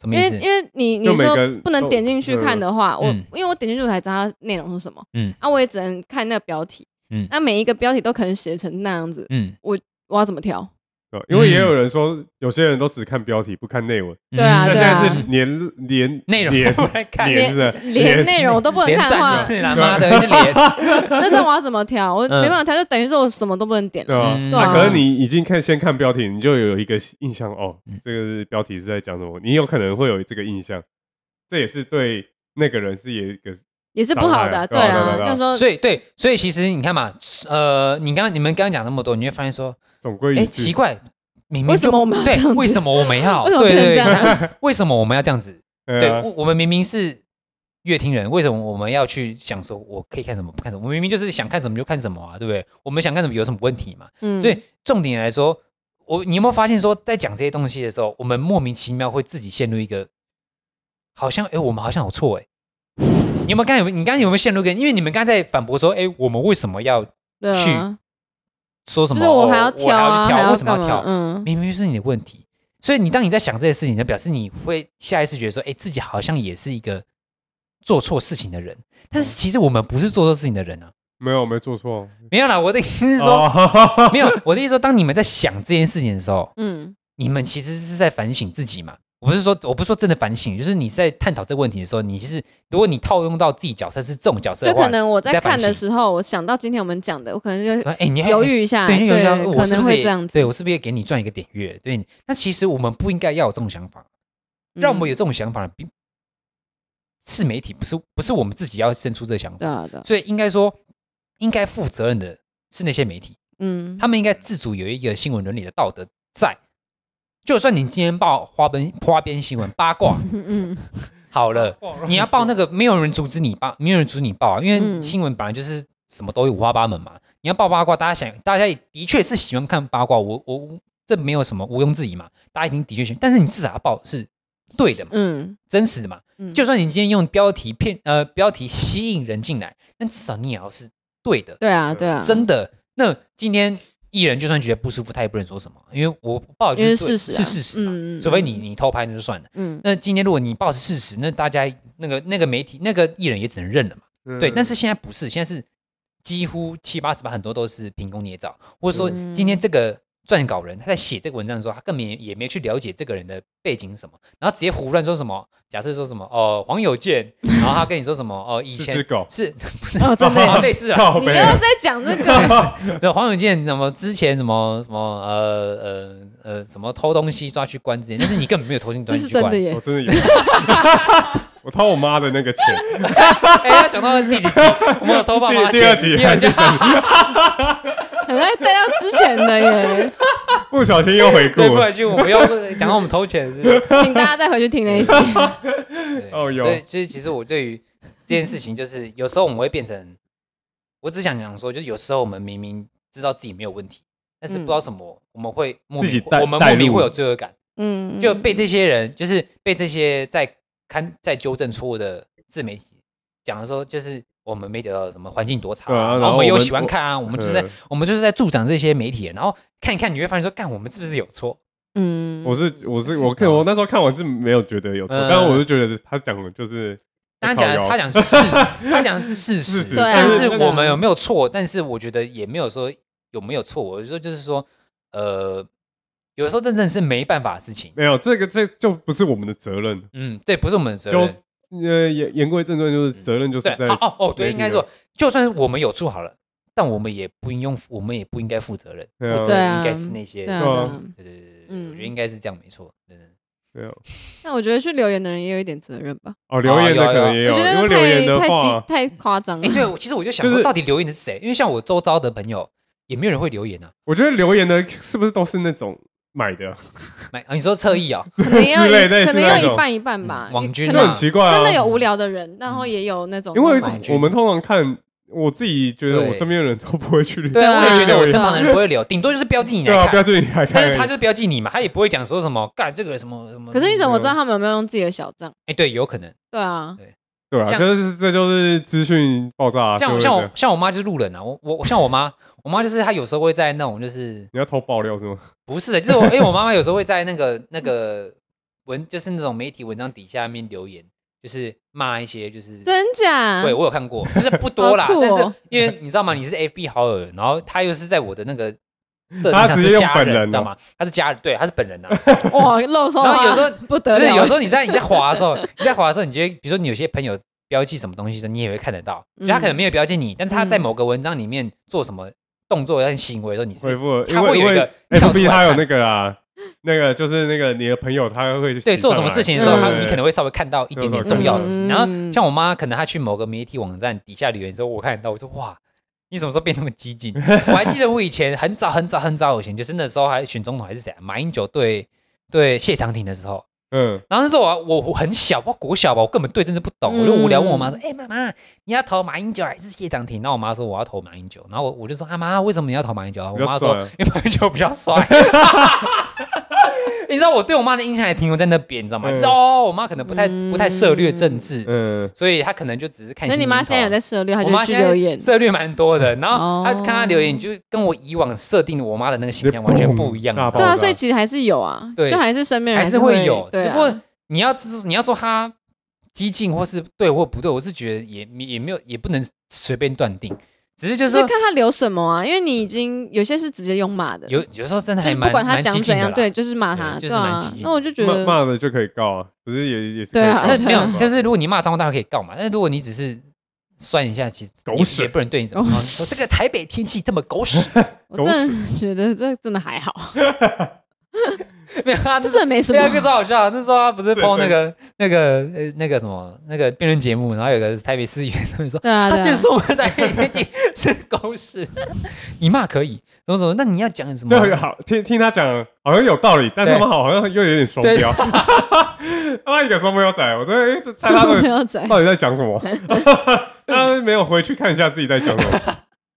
什么因意为思？因为你你就每说个不能都点进去看的话，我嗯因为我点进去我才知道它内容是什么，嗯嗯，啊我也只能看那个标题，嗯嗯，那每一个标题都可能写成那样子，嗯，我要怎 么挑？对因为也有人说，有些人都只看标题，不看内文。对啊那对现在啊是连连内容连都 不来看，连是不是 连内容我都不能连看的话赞，是啦妈的，是连。那这样我要怎么挑？我嗯没办法挑，就等于说我什么都不能点 了。对吧？嗯对啊那可能你已经看先看标题，你就有一个印象哦，这个是标题是在讲什么，你有可能会有这个印象，这也是对那个人是也一个也是不好的啊，伤对害啊，对啊对啊对啊就是说所以对，所以其实你看嘛，呃，你刚刚你们刚刚讲那么多，你会发现说，总归哎，一奇句。怪，明为明就什么我们要对这样子为什么我们要 为什么对不能对这样 对，为什么我们要这样子？对对，啊我我们明明是乐听人，为什么我们要去想说我可以看什么不看什么？我们明明就是想看什么就看什么啊，对不对？我们想看什么有什么问题嘛？嗯，所以重点来说，我你有没有发现说，在讲这些东西的时候，我们莫名其妙会自己陷入一个，好像哎、诶我们好像有错哎、你有没有刚才有没有你刚才有没有陷入一个？因为你们刚才在反驳说，哎、我们为什么要对啊去说什就么？是哦我我还要挑啊，还要去挑，为什么干要挑嘛？？嗯，明明就是你的问题。所以你当你在想这些事情，就表示你会下意识觉得说，哎、自己好像也是一个做错事情的人。但嗯是其实我们不是做错事情的人啊。没有，我没做错。没有啦，我的意思是说，哦没有，我的意思说，当你们在想这件事情的时候，嗯，你们其实是在反省自己嘛。我不是说，我不是说真的反省，就是你在探讨这个问题的时候，你是如果你套用到自己角色是这种角色就的话，可能我你在在反看的省时候，我想到今天我们讲的，我可能就哎、你还犹豫一下，对，对，你有想我可是能不是会也这样子，对我是不是也给你赚一个点阅？对你，那其实我们不应该要有这种想法，让我们有有这种想法，并是媒体，不是不是我们自己要生出这个想对法，啊对啊，所以应该说，应该负责任的是那些媒体，嗯，他们应该自主有一个新闻伦理的道德在。就算你今天报花边花边新闻八卦嗯嗯好了，你要报那个没有人阻止你报，没有人阻止你报啊，因为嗯新闻本来就是什么都有五花八门嘛。你要报八卦，大家想，大家也的确是喜欢看八卦，我我我这没有什么毋庸置疑嘛，大家一定的确喜欢，但是你至少要报是对的嘛，嗯真实的嘛。嗯，就算你今天用标题骗呃标题吸引人进来，但至少你也要是对的，对啊对啊，真的。那今天艺人就算觉得不舒服，他也不能说什么，因为我报的就因为事对实啊是事实嘛，嗯嗯嗯除非你你偷拍那就算了。嗯那今天如果你报是事实，那大家那个那个媒体那个艺人也只能认了嘛。对，嗯嗯但是现在不是，现在是几乎七八十吧，很多都是凭空捏造，或者说嗯今天这个撰稿人他在写这个文章的时候，他根本也也没去了解这个人的背景是什么，然后直接胡乱说什么，假设说什么哦黄 友健，然后他跟你说什么哦以是前只狗，是不是 哦真的耶哦类似啊，靠你又背在讲这个，对，黄永健什么之前什么什么呃呃呃什么偷东西抓去关之前，但是你根本没有偷进这东西是去真关的。耶我，真的有。 我掏我妈的那个钱， 哎，要讲到第几 集？我们有偷爸妈第第二集第二集很爱带到之前的耶，不小心又回顾对，不然就我们要讲到我们偷钱是 不是请大家再回去听那一集，对哦有所以就是其实我对于这件事情，就是有时候我们会变成，我只想讲说，就是有时候我们明明知道自己没有问题，但是不知道什么，我们会莫名自己带我们带莫入名会有罪恶感，嗯，就被这些人，就是被这些在看在纠正错误的自媒体讲的说，就是。我们没得到什么环境多差、对啊啊，然后我们我又们喜欢看啊，我们就是在、嗯我们就是在助长这些媒体人，然后看一看你会发现说，干我们是不是有错？嗯，我是我是我看我那时候看我是没有觉得有错，嗯但是我就觉得他讲的就是他讲靠腰他讲是事，他讲的是 事事实，实对啊但是对啊我们有没有错？但是我觉得也没有说有没有错，我就说就是说，呃，有时候这真正是没办法的事情。没有这个这就不是我们的责任，嗯，对，不是我们的责就任。呃言言归正传，就是责任就是对在，哦哦哦，对，媒体应该说，就算我们有错好了，但我们也不应用，我们也不应该负责任，负对啊责任应该是那些。对对啊对啊对啊，对对对对，嗯我觉得应该是这样，没错。对对对没有那我觉得去留言的人也有一点责任吧，哦留言的有可有能也我有，觉因得为留言的太太话极太夸张了 哎，，对，我其实我就想就是说，到底留言的是谁？因为像我周遭的朋友，也没有人会留言啊。 我觉得留言的是不是都是那种买的，买啊，你说侧翼哦，可能要之类一类似可能那要种一半一半吧嗯。网军可对就啊能很奇怪啊。真的有无聊的人，然后也有那种因为网军我们通常看，我自己觉得对我身边的人都不会去理，对啊，我对啊也觉得我身旁的人不会留，顶多就是标记 你对啊，来不要看，这里来但看是。他就是标记你嘛，他也不会讲说什么干这个什么什么。可是你怎么知道哎、他们有没有用自己的小账？对，有可能。对啊，对啊，像就是这就是资讯爆炸啊，就像会像这我样像我妈就是路人啊，我我像我妈，我妈就是她有时候会在那种就是你要偷爆料是 吗？不是的，就是我因为我妈妈有时候会在那个那个文就是那种媒体文章底下面留言，就是骂一些就是真假？对，我有看过，就是不多啦。啊 好酷但是哦因为你知道吗？你是 FB 好友，然后他又是在我的那个设定他上直是接家用本人，人知道哦吗？他是家人，对，他是 本人啊。哇，露手然后啊，有时候不不得是了，有时候你在你在滑的 时候，你在滑的时候，你就会比如说你有些朋友标记什么东西的，你也会看得到。就他可能没有标记你，但是他在嗯某个文章里面做什么动作跟行为的时候，你回是复了，因他会为因有一为个跳出 FB 来他有看那个啦， 那个就是那个你的朋友他会对洗做什上么来事情的时候，对他对你对可能会稍微看到一点点有时候重要的事看情。然到后像我妈，可能她去某个媒体网站底下留言之后，我看得到，我说哇，你什么时候变那么激进？ 我还记得我以前很早很早很早以前，就是那时候还选总统还是谁啊，马英九对对谢长廷的时候。嗯，然后那时候我我我很小，我国小吧，我根本对政治不懂，我就无聊问我妈说：“哎、妈妈，你要投马英九还是谢长廷？”然后我妈说：“我要投马英九。”然后我我就说：“啊妈，为什么你要投马英九啊？”我比较妈说帅啊：“因为马英九比较 帅。”你知道我对我妈的印象还停留在那边，你知道吗？嗯就是哦，我妈可能不太不太涉略政治，嗯，所以她可能就只是看那心情你状妈况。现在有在涉猎，她我就妈会去现在留言。涉略蛮多的，然后哦她看她留言，就是跟我以往设定我妈的那个形象完全不一样。大你知道爆对吗炸啊，所以其实还是有啊，对就还是身边人还是是会有，对只啊不过你要知你要说他激进或是对或不对，我是觉得也也没有也不能随便断定，只是就就是是说看他留什么啊，因为你已经有些是直接用骂的，有有时候真的就还是蛮不管他蛮激讲进怎的样，啦对，就是骂他，对对就是蛮激啊进。的那我就觉骂得，骂了就可以告啊，不是也也是对啊可以告但是的没有嘛，就是如果你骂脏话，他可以告嘛。但是如果你只是酸一下，其实狗也屎也不能对你怎么狗样。屎说这个台北天气这么 狗屎，我狗真的 觉得这真的还好， 没有啊，这这真的没什对啊，么那。个超好笑。那时候他不是对 PO 所那以个那个呃那个什么那个辩论节目，然后有个台北市议员他们说，对啊，他对就啊， 说我们在天气是狗屎， 你骂可以，怎么怎么？那你要讲什么？嗯对，啊好听听他讲好像有道理，但他对们好像又有点双对标， 他妈一个双标仔，我真的哎这在他说 们不要仔，到底在讲什么？ 他没有回去看一下自己在讲什么，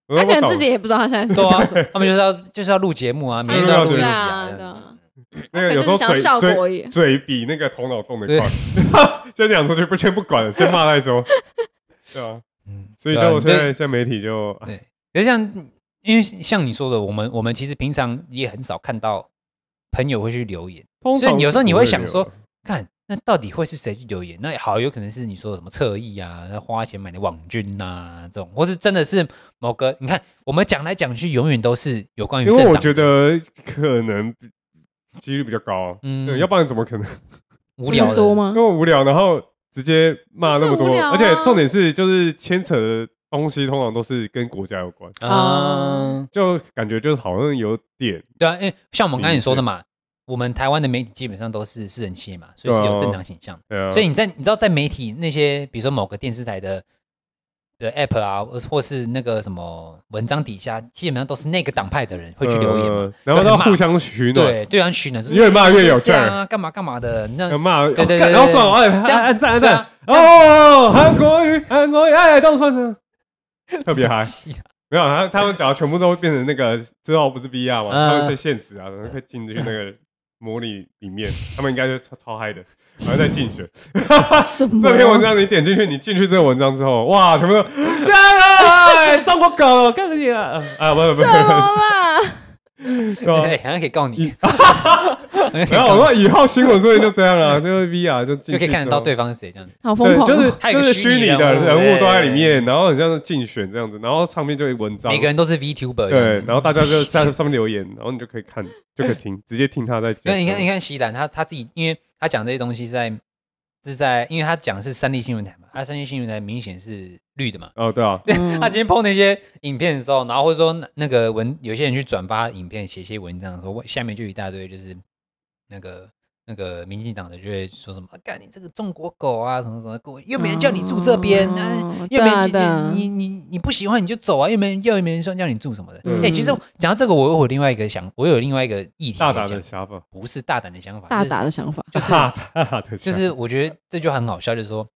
我 他都不可能懂自己也不知道他现在是对在啊讲什么。，他们就是要 就是要录节目啊，每天都要录一集啊对啊对 啊。那个他有时候就是嘴想效果而嘴已嘴比那个头脑动得对快， 先讲出去不先不管了，先骂再 说，哦对啊，嗯，所以对啊就现对在现在媒体就对可是像因为像你说的，我们我们其实平常也很少看到朋友会去留言，通所以常有时候是你不会会想留说的，看那到底会是谁去留言？那好，有可能是你说的什么侧翼啊，那花钱买的网军呐、这种，或是真的是某个你看我们讲来讲去，永远都是有关于因为政我党觉得可能比几率比较高，嗯嗯，要不然怎么可能无聊的多那 吗？么无聊，然后直接骂那么就是无多，聊啊而且重点是就是牵扯的东西通常都是跟国家有关，啊哦。就感觉就是好像有点对啊，因为像我们刚才明说的确嘛，我们台湾的媒体基本上都是私人企业嘛，所以对啊是有政党倾向。呃，所以你在你知道在媒体那些，比如说某个电视台的的 app 啊，或或是那个什么文章底下，基本上都是那个党派的人会去留言嘛呃，然后就他很骂互相取暖，对对方取暖，就是越骂越有这劲儿样啊，干嘛干嘛的，那要骂，对对哦干对然后算了，哎，这样按按赞按对赞啊，哦，韩国语韩国语，哎，都算了，特别嗨。没有，他他们讲的全部都变成那个之后不是 VR 嘛，嗯他们是现实啊，然后可以进去那个模拟里面，他们应该就超超嗨的，然后再竞选。什么？这篇文章你点进去，你进去这个文章之后，哇，全部都加油，哎中国狗，干得你啊！啊，不不不，什么啦？对吧 对，好像可以告你，然后我说以后新闻作业就这样了，就是 VR 就进就去可以看得到之后对方是谁这样。好疯对，狂哦！就是还有就一个是虚虚拟拟人的物人物都在里对面，然后很像是竞选这样子，然后上面就会文章，每个人都是 VTuber，这对样，子然后大家就在上面留言，然后你就可以看，就可以听，直接听他在因讲。为你看，你看席兰他他自己，因为他讲这些东西是在是在，因为他讲的是三立新闻台嘛，他三立新闻台明显是绿的嘛。哦，对啊，对、嗯 他今天 PO 那些影片的时候，然后或者说那那个文，有些人去转发影片，写一些文章的时候，我下面就一大堆就是那个那个民进党的就会说什么“干、你这个中国狗啊，什么什么狗，又没人叫你住这边，哦嗯又没人对啊叫你你你你不喜欢你就走啊，又没人又没人说叫你住什么的。哎、嗯其实讲到这个，我又有另外一个想，我有另外一个议题大要胆的讲想法，不是大胆的想法，大就是胆的想法，就是大胆的想法，就是我觉得这就很好笑，就是说，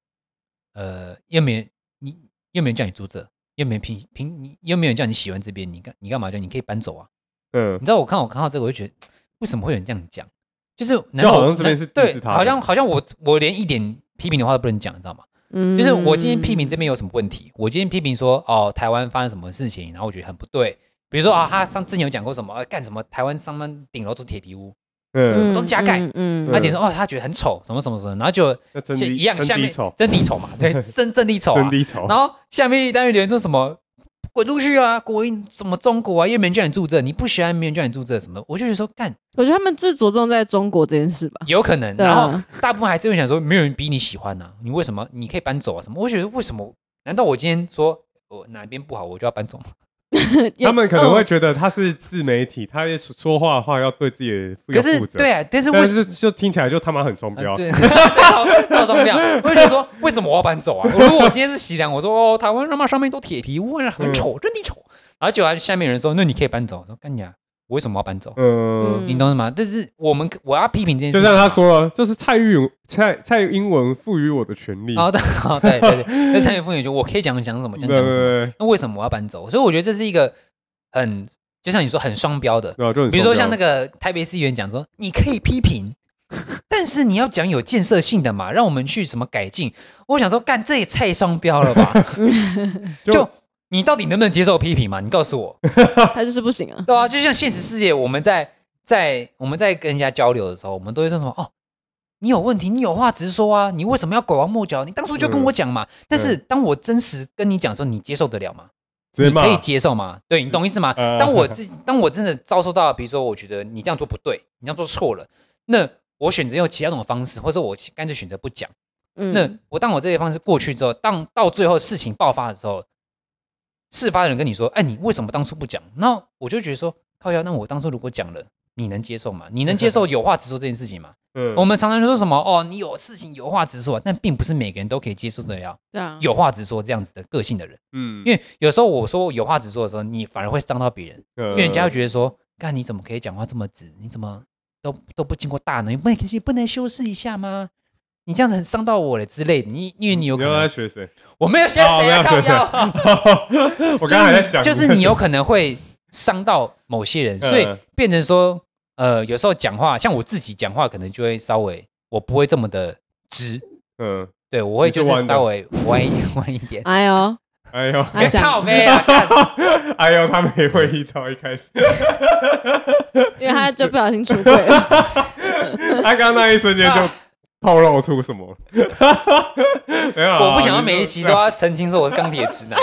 呃，又没人你又没人叫你住这，又没人凭凭你又没有人叫你喜欢这边，你干你干嘛叫你可以搬走啊？嗯你，知道我看我看到这个，我就觉得为什么会有人这样讲？就是难就好道像这边是难对 diss，他的好像好像我我连一点批评的话都不能讲，你知道吗？嗯，就是我今天批评嗯这边有什么问题，我今天批评说哦台湾发生什么事情，然后我觉得很不对。比如说啊，他上之前有讲过什么呃干什么台湾上班顶楼住铁皮屋，嗯，嗯都是加盖嗯嗯，他点说哦他觉得很丑什么什么什么，然后就那真一样低下真面低丑，真低丑嘛， 对，真真低丑啊真，低丑，然后下面一单元留言说什么“滚出去啊，国营什么中国啊，又没人叫你住这，你不喜欢没人叫你住这什么”，我就觉得说干我觉得他们最着重在中国这件事 吧。有可能，对然啊后大部分还是会想说没有人比你喜欢呐、你为什么你可以搬走啊什么？我觉得为什么？难道我今天说我哪边不好我就要搬走吗？他们可能嗯会觉得他是自媒体，他说话的话要对自己的负可要是负责，对啊，但是为但什么？是就听起来就他妈很双标啊、，对， 到到这样， 我就觉得说，为什么我要搬走 啊？如果我今天是喜良，我说哦，台湾他妈上面都铁皮屋，很丑，嗯真的丑。然后结果下面有人说，那你可以搬走，我说干你啊，我为什么要搬走？嗯，嗯你懂吗？但是我们我要批评这件事就情，像他，说了，这是蔡玉文蔡蔡英文赋予我的权利，哦，对， 哦对对对，那产品风险就我可以讲讲什么，对讲对讲什么，对，那为什么我要搬走？所以我觉得这是一个很，就像你说很双标的，对啊，就很比如说双标像那个台北市议员讲说，你可以批评， 但是你要讲有建设性的嘛，让我们去什么改进。我想说，干这也太双标了吧？就就你到底能不能接受批评嘛？你告诉我，他就是不行啊。对啊，就像现实世界，我们在在我们在跟人家交流的时候，我们都会说什么哦。你有问题，你有话直说啊！你为什么要拐弯抹角？你当初就跟我讲嘛。但是当我真实跟你讲的时候，你接受得了吗？直接你骂可以接受吗？对你懂意思吗？呃当我自当我真的遭受到，比如说我觉得你这样做不对，你这样做错了，那我选择用其他种方式，或者我干脆选择不讲。嗯，那我当我这些方式过去之后，当到最后事情爆发的时候，事发的人跟你说：“哎，你为什么当初不讲？”那我就觉得说：“靠呀，那我当初如果讲了，你能接受吗？你能接受有话直说这件事情吗？”嗯我们常常就说什么：“哦，你有事情有话直说啊。”但并不是每个人都可以接受得了对啊，有话直说这样子的个性的人，嗯因为有时候我说有话直说的时候，你反而会伤到别人。因因为人家会觉得说，干你怎么可以讲话这么直？你怎么都都不经过大脑？你不能你不能修饰一下吗？你这样子很伤到我了之类的。你因为你有可嗯你要在能，学谁？ 我没有学哦谁啊，没有学谁靠腰我刚刚还在想，就是你有可能会伤到某些人，所以嗯变成说，呃，有时候讲话，像我自己讲话，可能就会稍微，我不会这么的直， 嗯，对我会你是就弯是的稍微弯一 点，弯一点。哎呦，哎呦， 他讲 靠背啊！干哎呦，他们也会遇到一开 始，因为他就不小心出轨了。 他刚刚那一瞬间就透露出什么？ 没有啊， 我不想要每一集都啊要澄清说我是钢铁直 男，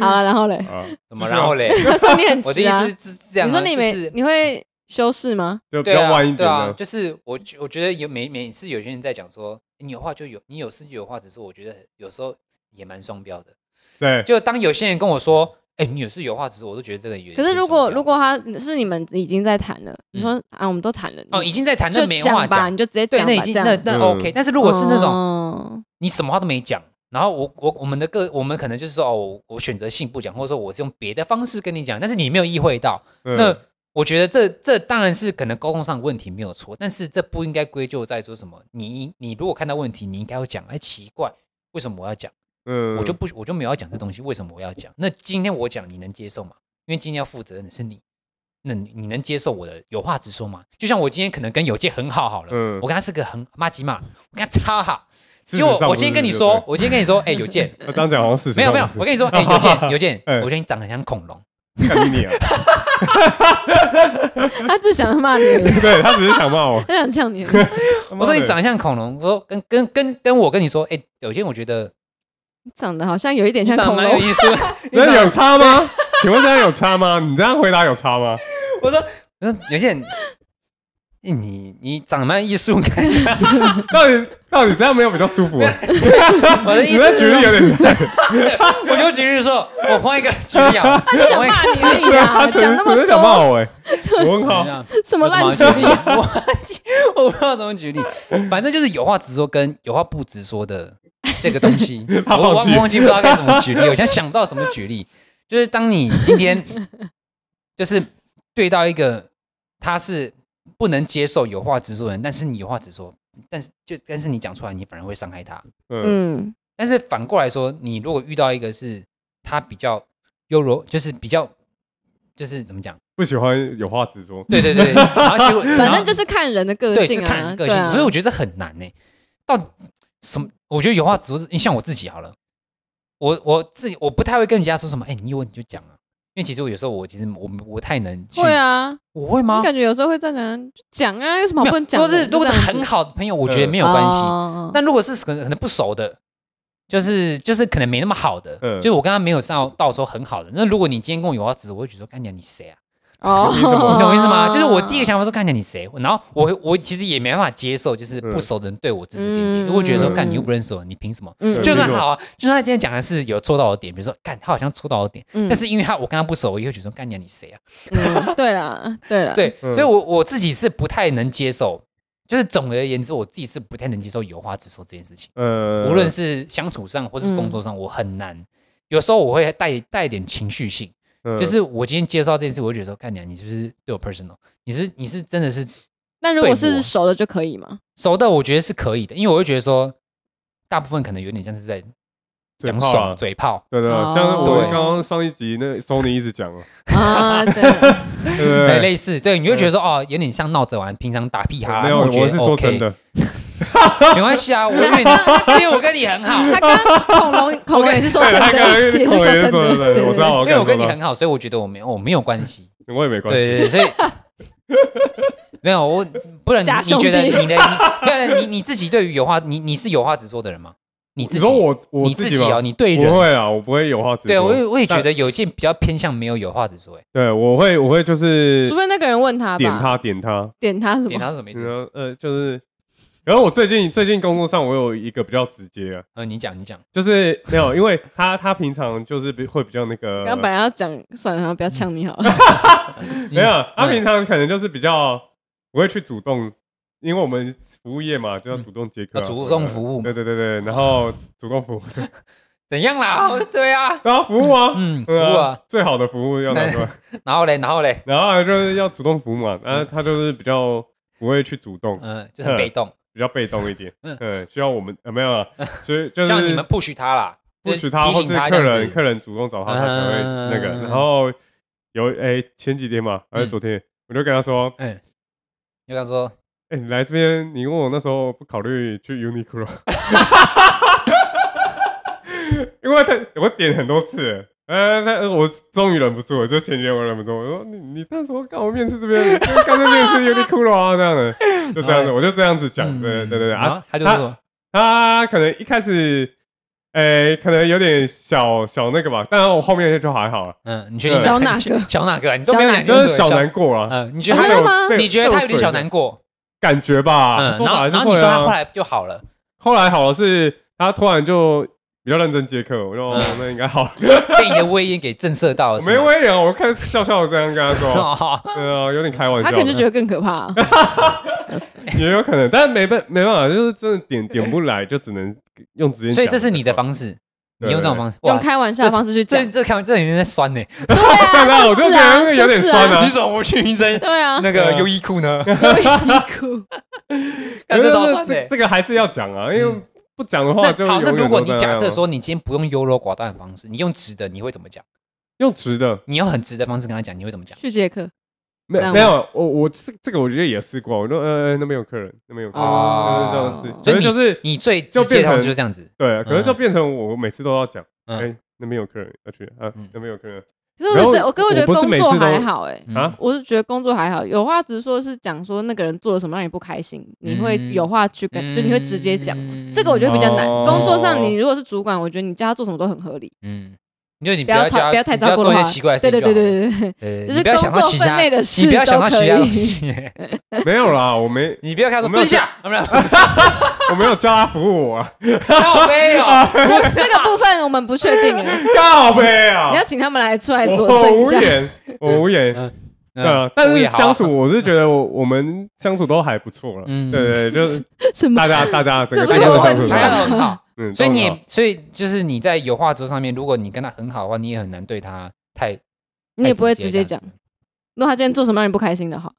好了，然后嘞，啊，怎么然后嘞？他说你很我的直意啊 思。是这样你啊，说你就没是你会修饰吗？就比对较啊，弯一对点啊，的，就是我觉我觉得有每每次有些人在讲说你有话就有，你有事就有话直说，我觉得有时候也蛮双标的。对，啊就当有些人跟我说，哎，你有事有话直说，我都觉得这个有。可是有点如双果标如果他是你们已经在谈了，你说啊，我们都谈了，嗯哦已经在谈，你那就没话讲吧，你就直接对，讲那已吧经这样哦那那嗯 OK。但是如果是那种种，你什么话都没讲，然后我我我们的个我们可能就是说哦，我我选择性不讲，或者说我是用别的方式跟你讲，但是你没有意会到，嗯那我觉得这这当然是可能沟通上的问题没有错，但是这不应该归咎在说什么你你如果看到问题，你应该要讲，哎，奇怪，为什么我要讲？嗯我就不我就没有要讲这东西，为什么我要讲？那今天我讲你能接受吗？因为今天要负责任的是你，那你你能接受我的有话直说吗？就像我今天可能跟有介很好好了，嗯我跟他是个很妈吉嘛，我跟他超好，事实结果上我不今是天跟你对说，我今天跟你说， 。哎、有健我当讲好像事实没有没有，我跟你说，哎、有健有健，嗯我觉得你长得很像恐龙，你 看你啊， 他只想骂你，对他只是想骂我，他想呛你。 我说你长得像恐龙，我说跟跟跟跟我跟你说，哎、有些我觉得长得好像有一点像长得恐蛮有龙，意思的。 那有差吗？请问这样有差吗？你这样回答有差吗？我说我说有些人，你你长得蛮艺术感，到底到底这样没有比较舒服？啊我的意你思这是举例有点我就举例说，我换一个举例啊，他就想骂你而已对啊，啊，他纯讲那纯么粹想骂欸多我 哎，我问我号换一个什么有什烂么球好举例？我 我不知道怎么举例，反正就是有话直说跟有话不直说的这个东 西，他忘我我记忘忘记不知道该怎么举例，我现在想不到什么举例，就是当你今 天就是对到一个他是不能接受有话直说的人，但是你有话直说，但是就但是你讲出来，你反而会伤害他。嗯嗯，但是反过来说，你如果遇到一个是他比较优柔，就是比较就是怎么讲？不喜欢有话直说，对 对对，然后结果反然后正就是看人的个对，性是看啊，人个对性。啊所以，我觉得这很难呢、到底什么？我觉得有话直说，你像我自己好了，我我自己我不太会跟人家说什么，哎、你有问题就讲啊。因为其实我有时候我其实我我太能去，会，啊，我会吗你？感觉有时候会在那讲啊，有什么好没不有能讲如的？果是如果是就这样子很好的朋友，我觉得嗯没有关系。哦但如果是可能可能不熟的，就是就是可能没那么好的，嗯就是我跟他没有到到时候很好的。那如果你今天跟我有话直说，我会觉得说干娘你谁啊？哦，你懂你懂我意思吗？就是我第一个想法是看见你谁，然后我我其实也没办法接受，就是不熟的人对我指指点点，嗯因为我觉得说，嗯干你又不认识我，你凭什么？对嗯，就没算错好啊，就算他今天讲的是有戳到我的点，比如说干他好像戳到我的点，嗯但是因为他我跟他不熟，我也会觉得说干你啊你谁啊？嗯对了，对了，，对，嗯所以我我自己是不太能接受，就是总而言之，我自己是不太能接受有话直说这件事情，呃，无论是相处上或是工嗯作上，我很难。有时候我会带带一点情绪性，嗯就是我今天介绍这件事，我会觉得说，干你啊，你是不是对我 personal？你是你是真的是那如果对我是熟的就可以 吗？熟的我觉得是可以的，因为我会觉得说，大部分可能有点像是在嘴讲炮啊爽嘴炮，对对，哦像我们对刚刚上一集那 Sony 一直讲啊，啊，对，对对，对对，类似，对，你会觉得说，哦，有点像闹着玩，平常打屁哈啦，没有，那觉我得是说 OK 真，的， 没关系啊，我因为因为我跟你很好， 他刚刚恐 龙，恐龙也是 说真对他刚刚的，也是口说也是真说的，真的，我知道，我因为我感跟你受很好，所以我觉得我没有我没有关系，到，我也没关系，对对对，所以 没有我不能，假你你觉得兄弟你的你不然你你自己对于有话，你你是有话直说的人吗？你自你己说我我你自己己吗哦，你对不人，会啦，啊我不会有话直说，对我也我也觉但得有一件比较偏向没有有话直说，哎，对，我会我会就是除非那个人问他吧，点他点他，点他什点么？他是什么意你思？说呃就是，然后我最近最近工作上我有一个比较直接啊，呃，你讲你讲，就是没 有，因为他他平常就是比会比较那个，刚刚本来要讲，算了，不要呛你好了。没有，他嗯平常可能就是比较不会去主动，因为我们服务业嘛，就要主动接客啊、要嗯主动服务对对对对，然后主动服务， 怎样啦？对啊，然后服务啊，嗯， 服对务啊，，最好的服务要拿出 来，然后嘞，然后嘞，然后就是要主动服务嘛，然后他就是比较不会去主动，嗯，就很被动，比较被动一点，嗯嗯，需要我们呃没有啊，所以就像你们是 push 他啦，不就是许他提或醒是他客这样人子客人主动找他，他才会那个，嗯然后有哎前几天嘛，还是嗯昨天，我就跟他说，嗯，就跟他说，哎、你来这边，你问我那时候不考虑去 Uniqlo，因为他我点很多次了，呃，他我终于忍不住了，就前几天我忍不住，我说你你那时候干我面试这边，你干脆面试 Uniqlo 啊，这样的，就这样子，哎我就这样子讲，嗯对对对对然啊后，他就说，他可能一开始，哎、可能有点小小那个吧，但我后面就还好了，嗯，你确定小哪个小哪个啊？你都没有小哪两个就是小难，过了，嗯，你觉就他得他哦真有的吗被你觉得他有点小难过，感觉吧，嗯，多然少后还是然后你会说他后啊。来就好了，后来好了是，他突然就比较认真接客，我 说、哦嗯那应该好，被你的威严给震慑到了，我是吗没威严，我看笑笑的这样跟他说， 哦，对啊，有点开玩他笑，可能就觉得更可怕啊，也有可能，但没办没办法，就是真的点点不来，就只能用直接讲，所以这是你的方式，对你用这种方式，用哇，开玩笑的方式去讲这。这看这有点在酸呢， 对啊，我就觉得那个有点酸就是啊，怎么不去医生对 啊，那个优衣库呢？优衣库，可那是这超这酸这的。这个还是要讲啊，因为嗯不讲的话那哦就好，那永远如果都你这假样设说你今天不用优柔寡断的方式，你用直的，你会怎么讲？用直的，你用很直的方式跟他讲，你会怎么讲？去接客没有这样没有，我我这这个我觉得也试过，我说呃那边有客人，那边有客人，哦就是这样子，所以可是就是你最就直接变的方成式就是这样子。对，可是就嗯变成我每次都要讲，哎、嗯，那边有客人要去啊嗯，那边有客人可是然我觉得后我，可是我觉我得不是工每作次都还好哎，嗯啊，我是觉得工作还好，有话直说是讲说那个人做了什么让你不开心，你会嗯有话去跟，就你会直接讲嘛。嗯这个我觉得比较难。哦工作上你如果是主管，我觉得你叫他做什么都很合理。嗯，你就你不要叫超他不要太你不超过做一的些话奇怪的事对对情就好对了。对对对，对就你是不要想工到作其分他，内的你不事要想都到可其他东以。西，没有啦，我没 你不要看我说没有蹲下，啊不是，我没有叫他服务我、啊，靠背 哦，这这个部分我们不确定哎，告呗啊你要，请他们来出来我佐我证一无下。言，我无言嗯，嗯对啊，但服务是也好啊相处，我是觉得我我们相处都还不错了。嗯对对，就是 什么哎大家大家 整个这大不家是都我相问处题得大家好，都很好，嗯，所以都很你好也所以就是你在油画桌上面，如果你跟他很好的话，你也很难对他太，你也太不会直直接这讲样子。如果他今天做什么让你不开心的话，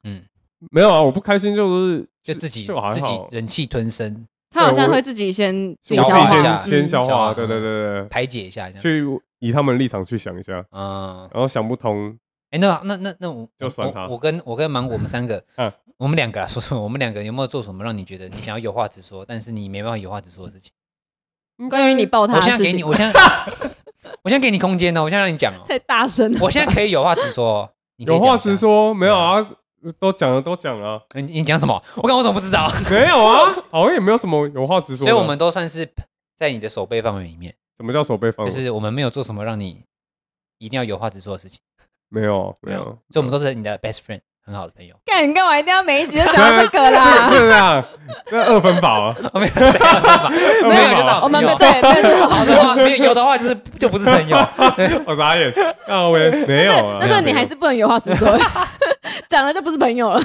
没有啊，我不开心就是就自己就还自己好，忍气吞声他好像我会自己先自己我消自化己一下先化，先消消化，化对对对对排解一下这对，样。去以他们的立场去想一下，嗯，然后想不通，哎，那那那那我就算他，我我跟我跟芒果我们三个 嗯我们两个啊，说说我们两个有没有做什么让你觉得你想要有话直说，但是你没办法有话直说的事情？嗯关于你抱他我的现在事给你，情，我现在我现在给你空间呢，我现在让你讲哦，太大声了。我现在可以有话直说哦，你可以有话讲一下嗯直，说，没有啊，都讲了都讲了，你你讲什么？我刚我怎么不知道？没有啊， 好像也没有什么有话直说所的。啊以我们都算是在你的手背范围里面，什么叫手背范就围？是我们没有做什么让你一定要有话直说的事情，没有没没有有，， 所以我们都是你的 best friend，很好的朋友。干，你干嘛一定要每一集都讲到这个 啦？是这样，这二分法 啊，啊哦没有，没有，没有就当我们朋友对没有就是好的话，没有有的话就是就不是朋 友。我傻眼，那 我也没有啊，但是没你有还是不能有话直说，讲了就不是朋友了。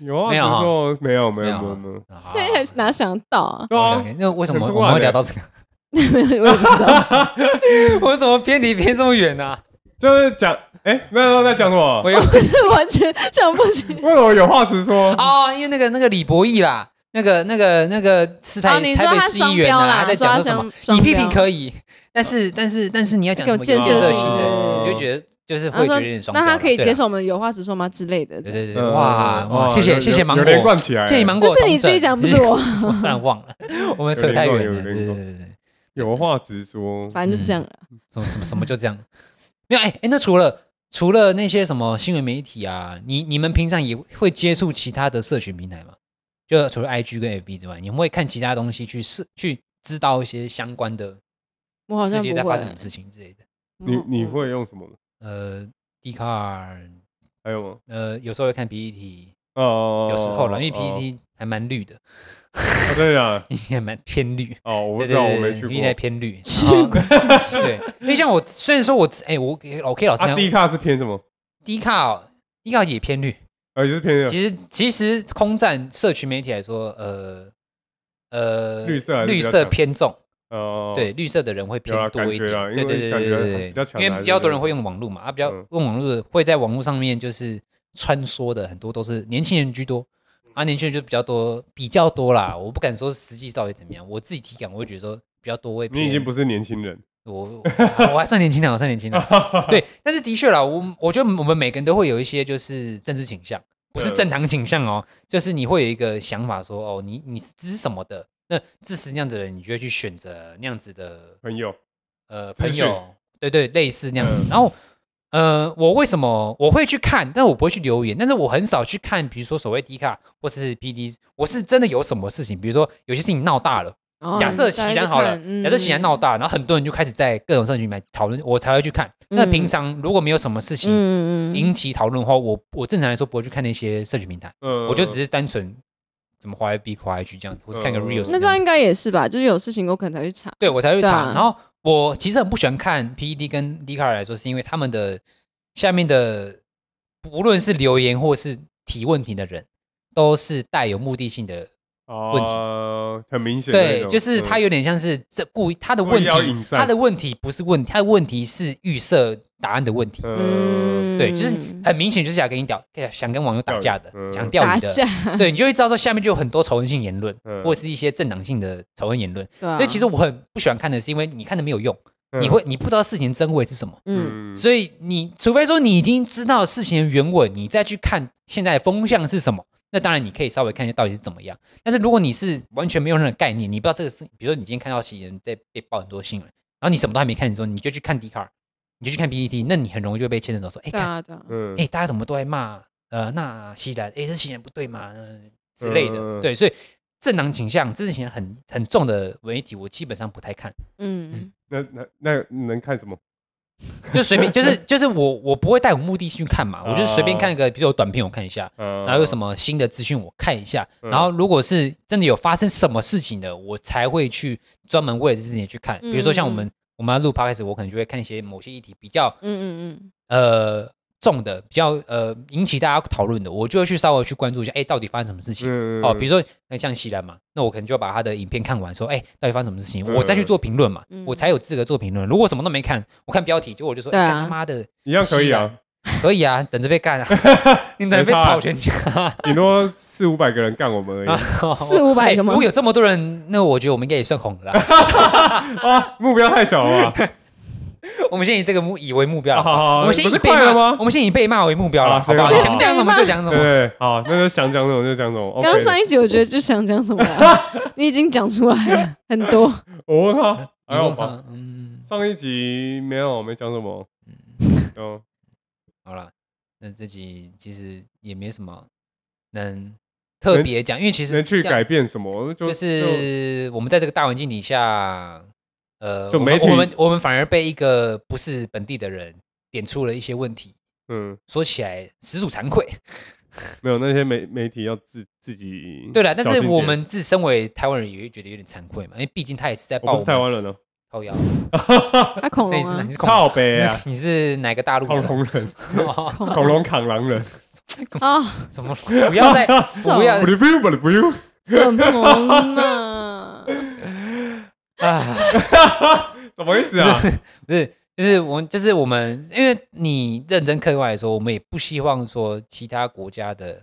有啊，没只有是哈说没有没没有有啊没有哦哈没有，好所以哪想到啊？对啊， OK，那为什么很突我然们会欸聊到这个？我也不知道。 我怎么偏离偏这么远呢？就是讲，哎，那时候在讲什么我？有真是完全想不起。为什么有话直说？嗯哦，因为那个那个李博义啦，那个那个那个是台哦你说台北他市议双员标啦，啦他在说他讲说什么？双你批评双标可以，但是但是但是你要讲有什么建有设设性性的的，你就觉得就是他会觉说得有点：“双标那啦。他可以对啊接。受我们有话直说吗？”之类的。对对对，嗯哇哇，哦谢有谢谢谢有芒有果，连贯起来了，谢谢芒果这同整，是你自己讲，不是我。 我突然忘了，我们扯太远了。对对对对对，有话直说，反正就这样了。什么什么什么就这样，没有哎哎，那除了除了那些什么新闻媒体啊，你你们平常也会接触其他的社群平台吗？就除了 IG 跟 FB 之外，你们会看其他东西去是去知道一些相关的我好世像界不在发会生什。么事情之类的？你你嗯会用什么？呃 d c a r 还有吗？呃，有时候会看 PPT，哦，有时候了，因为 E 哦 PPT 还蛮绿的， 哦真的啊，也蛮偏绿。哦，我不对知对道，对，我没去因为 E 在过。偏绿，然后 对，因为像我虽然说我哎，我给 OK 老师啊，讲第一卡是偏什么？低卡哦低卡也偏绿。呃，也是偏什么其实其实空战社群媒体来说，呃呃，绿色还是比绿较色强偏重，哦，对，绿色的人会偏有啦多感一觉点，啦因对对为对感对觉对比对较强因的为比还较是多人那会种用网络嘛，啊，比较嗯用网络的会在网络上面就是穿梭的很多都是年轻人居多。啊，年轻人就比较多，比较多啦。我不敢说实际到底怎么样，我自己体感我会觉得说比较多会偏。你已经不是年轻人，我我我还算年轻的，我算年轻的。 对，但是的确啦，我我觉得我们每个人都会有一些就是政治倾向，不是对正堂倾向哦，就是你会有一个想法说，哦，你你是支持什么的，那支持那样子的人，你就会去选择那样子的朋友，呃资朋讯嗯友，对对，类似那样子。然后呃，我为什么我会去看，但我不会去留言，但是我很少去看，比如说所谓 D 卡或是 PD，我是真的有什么事情，比如说有些事情闹大了。哦假设席然好了，假设席然，闹大家就看嗯大，然后很多人就开始在各种社群里面讨论，我才会去看。那嗯平常如果没有什么事情嗯嗯嗯嗯，引起讨论的话，我我正常来说不会去看那些社群平台，嗯，我就只是单纯怎么滑 FB、滑 IG 这样子，或是看个嗯 reels 那这这样样应子，该也是吧？就是有事情我可能才去查。对我才会对查啊。然后我其实很不喜欢看 PED 跟 d c a r 来说，是因为他们的下面的不论是留言或是提问题的人，都是带有目的性的，问题啊，很明显那对，种，就是他嗯有点像是这故意他的故意问要题引，战他的问题不是问题，他的问题是预设答案的问题。嗯嗯，对，就是很明显就是想跟你屌，想跟网友打架的钓鱼，嗯想钓打鱼架的，， 对，你就会知道说下面就有很多仇恨性言论，嗯或者是一些政党性的仇恨言论。对啊所以其实我很不喜欢看的是，因为你看的没有用，嗯你会你不知道事情的真伪是什么。嗯，所以你除非说你已经知道事情的原委，你再去看现在的风向是什么，那当然你可以稍微看一下到底是怎么样。但是如果你是完全没有任何概念，你不知道这个事，比如说你今天看到新闻在被爆很多新闻，然后你什么都还没看的时候，你就去看 d 卡，你就去看 PPT，那你很容易就会被牵着走，说，哎、对看，啊对啊，嗯哎、大家怎么都在骂呃那西兰，哎、这西兰不对嘛、呃之类的，嗯对，所以政党倾向、政治倾向很很重的文艺体，我基本上不太看。嗯，那那那能看什么？就随便，就是就是我我不会带有目的性去看嘛，我就是随哦便看一个，比如说有短片我看一下，然然后有什么新的资讯我看一下，嗯然后如果是真的有发生什么事情的，我才会去专门为了这件事情去看。嗯 比如说像我们我们要录 podcast，我可能就会看一些某些议题比较嗯嗯嗯嗯，呃重的、比较呃引起大家讨论的，我就会去稍微去关注一下，哎，到底发生什么事情？嗯哦，比如说那像西兰嘛，那我可能就把他的影片看完，说，哎，到底发生什么事情？我再去做评论嘛，嗯我才有资格做评论。如果什么都没看，我看标题，结果我就说，对哎，啊干他妈的，一样可以啊，可以啊，等着被 干啊，你等着被没差啊炒全家。顶多四五百个人干我们而啊已四五百个哎吗如果？有这么多人，那我觉得我们应该也算红 了啦。啊，目标太小了 吧？我们先以这个目以为目标好了。好好，我们先哦不以是被快骂了吗我？们先以被骂为目标了，啊好不好？是你吗想讲什么就讲什么。对，好，那就想讲什么就讲什么。刚 OK 上一集我觉得就想讲什么啊， 你已经讲出来了很多。哦我问他，还好你问吧？他嗯，上一集没有，没讲什么。嗯，好了，那这集其实也没什么能特别讲，因为其实能去这改样，变什么？就就是我们在这个大环境底下，呃，就我们媒体我们我们反而被一个不是本地的人点出了一些问题，嗯，说起来实属惭愧。没有那些媒媒体要自自己对了，但小心是点我们自身为台湾人，也会觉得有点惭愧嘛，因为毕竟他也是在我报不是台湾人哦，靠腰，他恐那你龙是哪啊你，是恐靠北啊， 你是哪个大陆恐的？龙人，哦恐恐龙扛狼人，啊， 什么？不要再不要不不不不不，什么呢？ 啊！什么意思啊？不是，就是我们，就是我们，因为你认真客观来说，我们也不希望说其他国家的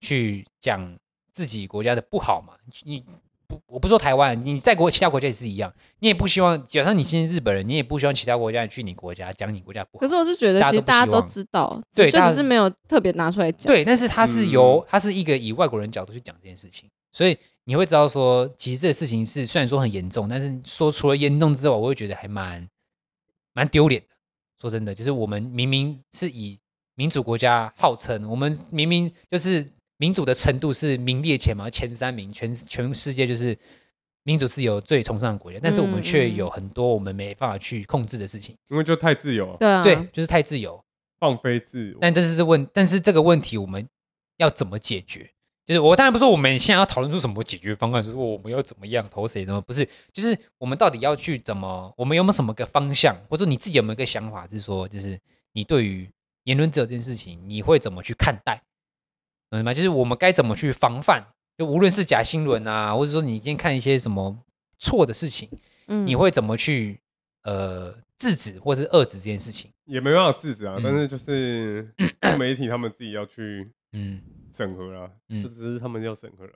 去讲自己国家的不好嘛。你不，我不说台湾，你在国其他国家也是一样，你也不希望，假设你今天是日本人，你也不希望其他国家人去你国家讲你国家不好。可是我是觉得，大家其实都不大家希都望知道，对就大家只是没有特别拿出来讲。对，但是他是由、他是一个以外国人角度去讲这件事情，所以你会知道说，其实这个事情是虽然说很严重，但是说除了严重之外，我会觉得还蛮蛮丢脸的。说真的，就是我们明明是以民主国家号称，我们明明就是民主的程度是名列前茅前三名，全全世界就是民主自由最崇尚的国家，但是我们却嗯嗯有很多我们没办法去控制的事情。因为就太自由了，对啊，对，就是太自由，放飞自由。但这是问，但是这个问题我们要怎么解决？就是我当然不是说我们现在要讨论出什么解决方案，就是我们要怎么样投谁怎么不是，就是我们到底要去怎么，我们有没有什么个方向，或者说你自己有没有一个想法，是说就是你对于言论自由这件事情，你会怎么去看待？懂吗？就是我们该怎么去防范？就无论是假新闻啊，或者说你今天看一些什么错的事情，嗯你会怎么去呃制止或是遏止这件事情？也没办法制止啊，嗯但是 就是媒体他们自己要去嗯，审核啦，嗯这只是他们要审核了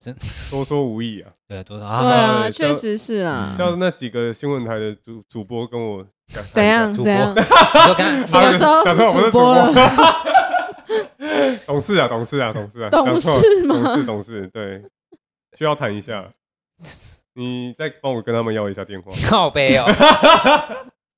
真，多说无 益啊。对，多少对 啊？啊，对确实是啊嗯。叫那几个新闻台的主主播跟我讲怎样主怎播样？你说刚 什么时候假设我不是是主主播了？ 播，董事啊，董事啊，董事啊，懂讲错事了董事吗？董事，对，需要谈一下。你再帮我跟他们要一下电话。靠背 哦，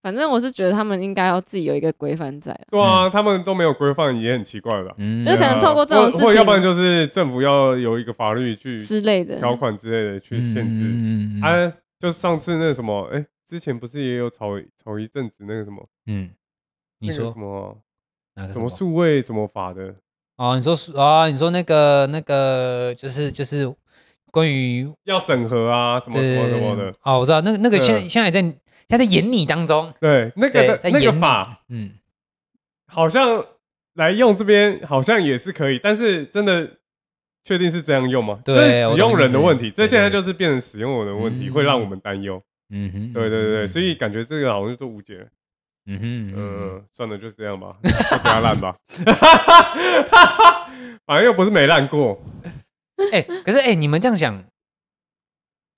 反正我是觉得他们应该要自己有一个规范在啦，对啊，他们都没有规范，也很奇怪吧？嗯就是可能透过这种或事或情要不然就是政府要有一个法律嗯去之类的。条款之类的去限制。嗯嗯嗯嗯啊，就上次那什么，哎，之前不是也有炒炒一阵子那个什么，嗯，你那个说什么哪个什么数位什么法的？哦，你说是哦，你说那个那个就是就是关于要审核啊，什么什么什么的。哦，我知道那个那个现在嗯现在在现在在演你当中，对，那个对，的在那演个你法，嗯，好像来用这边好像也是可以，但是真的确定是这样用吗？对这是使用人的问题，我懂这意思现在就是变成使用人的问题，嗯会让我们担忧。嗯哼，对对对对，所以嗯感觉这个好像就都无解了。嗯哼，嗯嗯，算了，就是这样 吧，就给它烂吧。 反正又不是没烂过，哼，哎，可是哎，你们这样想，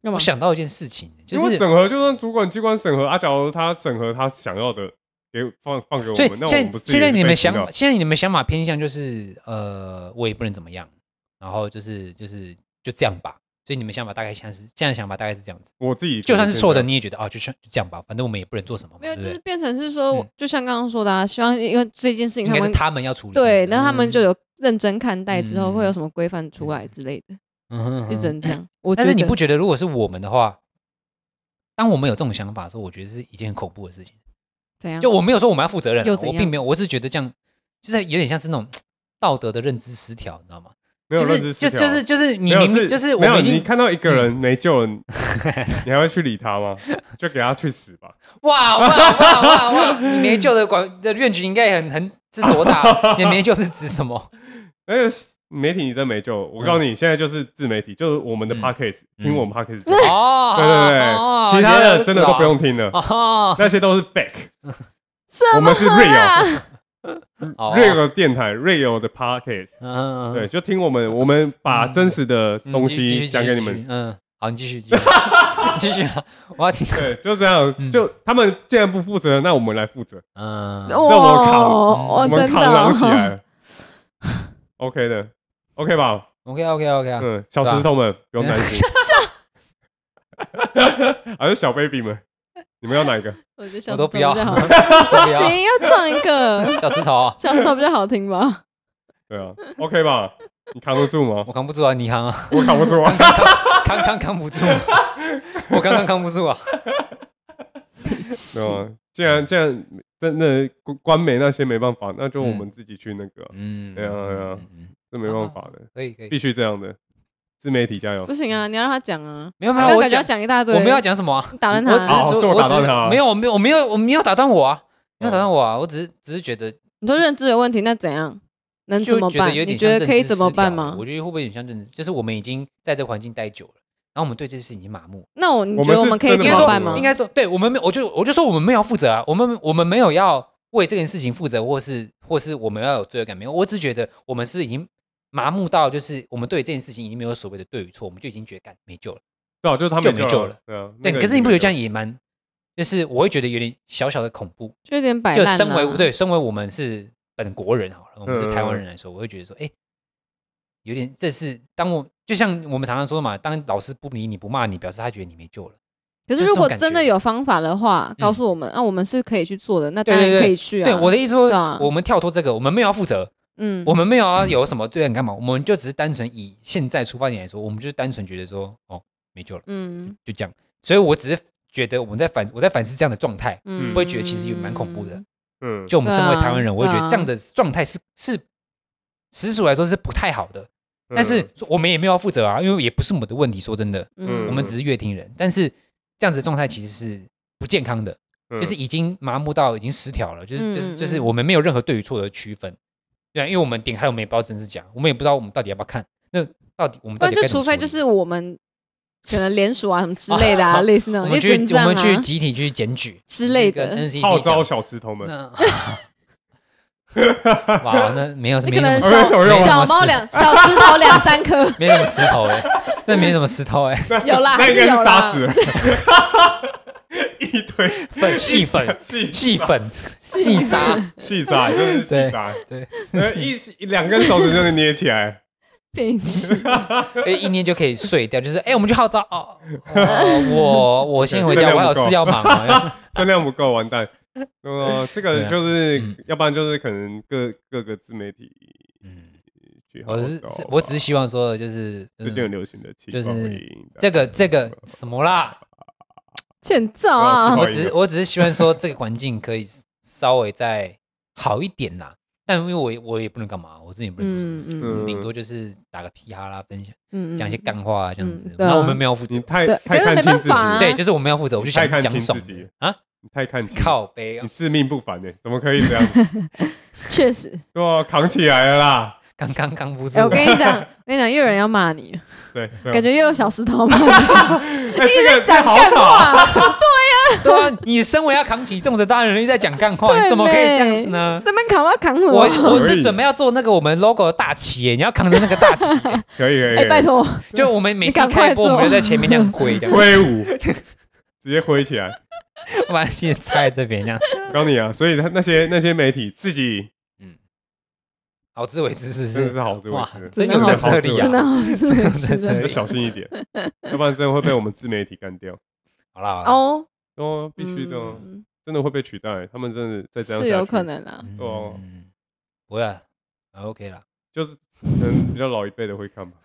干嘛我？想到一件事情，因就为是审核就算主管机关审核，阿假如他审核他想要的，给放放给我所以们，那我现们不在是现在也是你被们洗想脑法，现在你们想法偏向就是呃，我也不能怎么样，然后就是就是就这样吧。所以你们想法大概像是现在想法大概是这样子，我自己就算是错的，觉得你也觉得啊，就像就这样吧，反正我们也不能做什么嘛，没有，对不就是对？变成是说嗯，就像刚刚说的，啊，希望因为这件事情应他该是们他们要处理这样子，对，然后他们就有认真看待之后嗯会有什么规范出来之类的，嗯哼哼就只能这样。我觉 但得是你不觉得，如果是我们的话，当我们有这种想法的时候，我觉得是一件很恐怖的事情。怎样？就我没有说我们要负责任啊、嗯又怎我样并没有，我只是觉得这样就是有点像是那种道德的认知失调，你知道吗？没有就认知失是就调啊就是就是没你有明明就是我没有，们已你经嗯看到一个人没 救了，你你还会去理他吗？就给他去死吧。 哇哇哇哇哇！你没救的管的愿局应该很很是多大？你的没救是指什么？那个媒体你真没救，我告诉你，现在就是自媒体，就是我们的嗯 podcast，嗯听我们 podcast，就好哦，对对哦对，其他的真的都不。原来如用听了此，哦那些都是 back，什我么啊们是啊 real 哦， real 电台 real 的 podcast，嗯，嗯，对，就听我们，我们把真实的嗯东继继续西讲给你继续们，嗯，好，你继续，继续 继续啊，我要听。对，就这样，嗯就他们既然不负责，那我们来负责，嗯，哇这我扛我哦我们真扛狼起的哦来了，OK 的，OK 吧， OK OK OK 啊，嗯，小石头们不用担 心， 还是小 baby 们，你们要哪一个？我觉得小我石头都不要，比较好，我不要，行，要创一 个小石啊头，啊小石头比较好听 吧？对啊，OK 吧？你扛得住吗？我扛不住啊，你扛 啊，我扛不 住啊！扛扛扛不住，啊我刚刚扛不住 啊。对啊，既然既然真的官官媒那些没办法，那就我们自己去那个啊，嗯，对啊对啊嗯，嗯嗯这没办法的，可以可以必，须这样的。自媒体加油不！行啊，你要让他讲啊，没有没他有，我感觉要讲，讲一大堆，我没有要讲什么啊，打断我只他哦。是是就我打断只他哦啊没有我没有我没有我没有打断我啊，没有打断我啊，我只是只是觉得你说认知有问题，那怎样？能怎就么觉得办？有点你觉像得可以认知怎么失调办了吗我？觉得会不会有点像认知？就是我们已经在这个环境待久了，然后我们对这件事情已经麻木了。那我你我觉们得我是们可以真的怎应该么麻办木吗说，应？该说，对我们没有，我就我就说我们没有负责啊，我们我们没有要为这件事情负责，或是或是我们要有罪恶感，没有，我只是觉得我们是已经麻木到，就是我们对这件事情已经没有所谓的对与错，我们就已经觉得干没救了。对啊，就是他就们没没救救了。对啊，那对，个可是你已经不觉没得这样救了？野蛮？就是我会觉得有点小小的恐怖。就有点摆就烂身为啦对，身为我们是本国人好了，我们是台湾嗯人来说，我会觉得说，哎、有点这是当我就像我们常常说嘛，当老师不理你不骂你，表示他觉得你没救了。可就是是如这种果感真的觉有方法的话，告诉我们，那我们是可以去做的，那当然对对可以去啊。对，我的意思说，对啊我们跳脱这个，我们没有要负责，嗯，我们没有要有什么对人干嘛，我们就只是单纯以现在出发点来说，我们就是单纯觉得说，哦，没救了，嗯就这样。所以我只是觉得我们在反我在反思这样的状态，嗯，不会觉得其实也蛮恐怖的。嗯，就我们身为对啊台湾人，我会觉对得啊这样的状态是是实属来说是不太好的。嗯但是我们也没有要负责啊，因为也不是我们的问题。说真的，嗯我们只是乐听人，但是这样子的状态其实是不健康的，嗯就是已经麻木到已经失调了，就是就是嗯嗯就是嗯我们没有任何对与错的区分，对啊，因为我们点开我们也不知道真是假，我们也不知道我们到底要不要看，那到底我们不到然哦就底该怎除么非处就理是我们可能联署啊什么之类的啊，类似那我种，也们去只能这我样们去啊。集体去检举之类的跟 NCC 号召讲嗯小石头们，那 哇，那没有你没哎可能什么没有小用啊小猫两小石头两三颗，没什么石头哎、欸，那没什么石头哎、那是有啦那应该还是有是啦沙子， 一堆 粉细粉细细粉细沙， 细 沙，就是细对沙，对，呃一一两根手指就能捏起 来，变形哎，一捏就可以碎掉，就是哎、我们去号召哦， 哦我我先回家，我还有事要忙哦。分量不够，完蛋。呃，这对个啊就是嗯，要不然就是可能各各个自媒体嗯，去号我是召是吧我只是希望说，就是啊最近很嗯流行的气就是泡回应这个这个什么啦，欠揍啊不！嗯我好意哦思只是我只是希望说这个环境可以稍微再好一点啦。但因为我也我也不能干嘛，我自己也不能做什嗯么事情，嗯顶多就是打个屁哈啦，分享嗯，讲一些干话啊这样子嗯。对啊那我们没有负责你，太对太可是看没清办自法啊己，对，就是我没有负责，我就想你太看清讲爽自己的啊，你太看清，靠背你啊，自命不凡呢？怎么可以这样？ 子？确实，对啊，扛起来了啦！刚刚扛不住哎，我。跟你 讲，我跟你讲，又有人要骂你，对，对啊感觉又有小石头骂你，哎 这个这讲个好干吵，啊话，对啊，你身为要扛起重责大人，人在讲干话，你怎么可以这样子呢？那边扛啊扛什我么？我是准备要做那个我们 logo 的大旗耶，你要扛着那个大旗耶，可以可以可哎，以，拜托， 就我们每你次赶快开播，我做们就在前面那样挥，这样挥 舞，直接挥起来。把现在插在这边这样，我告诉你啊，所以他那些那些媒体自己好自为之是不真的是哦是？好自为哇之，，真真的有在好这自里为真的啊！好真的是真的的要小心 一点，要不然真的会被我们自媒体干掉。好啦，好啦，哦，哦，啊必须的哦，嗯真的会被取代。他们真的再这样是有下去可，能啦。嗯哦，不会啊啊，OK 啦，就是可能比较老一辈的会 看吧。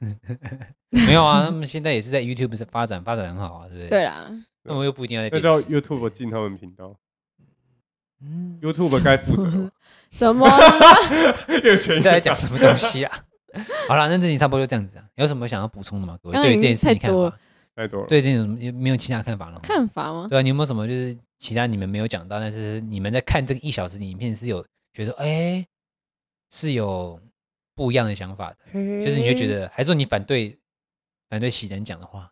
没有啊，他们现在也是在 YouTube 上发展，发展很好啊，对不对？对，啦，那我又不一定要在那电叫视。 YouTube 进他们频道嗯，YouTube 该负责 了。怎么啦越权你越在大讲什么东西啊？ 好啦，那这集差不多就这样子啊。有什么想要补充的吗？各位刚刚对于已这经件事情太看多法，太多了。对这件有什么有没有其他看法了吗？看法吗？对啊，你有没有什么就是其他你们没有讲到，但是你们在看这个一小时的影片是有觉得哎、是有不一样的想法的，就是你会觉得，还是说你反对反对喜人讲的话，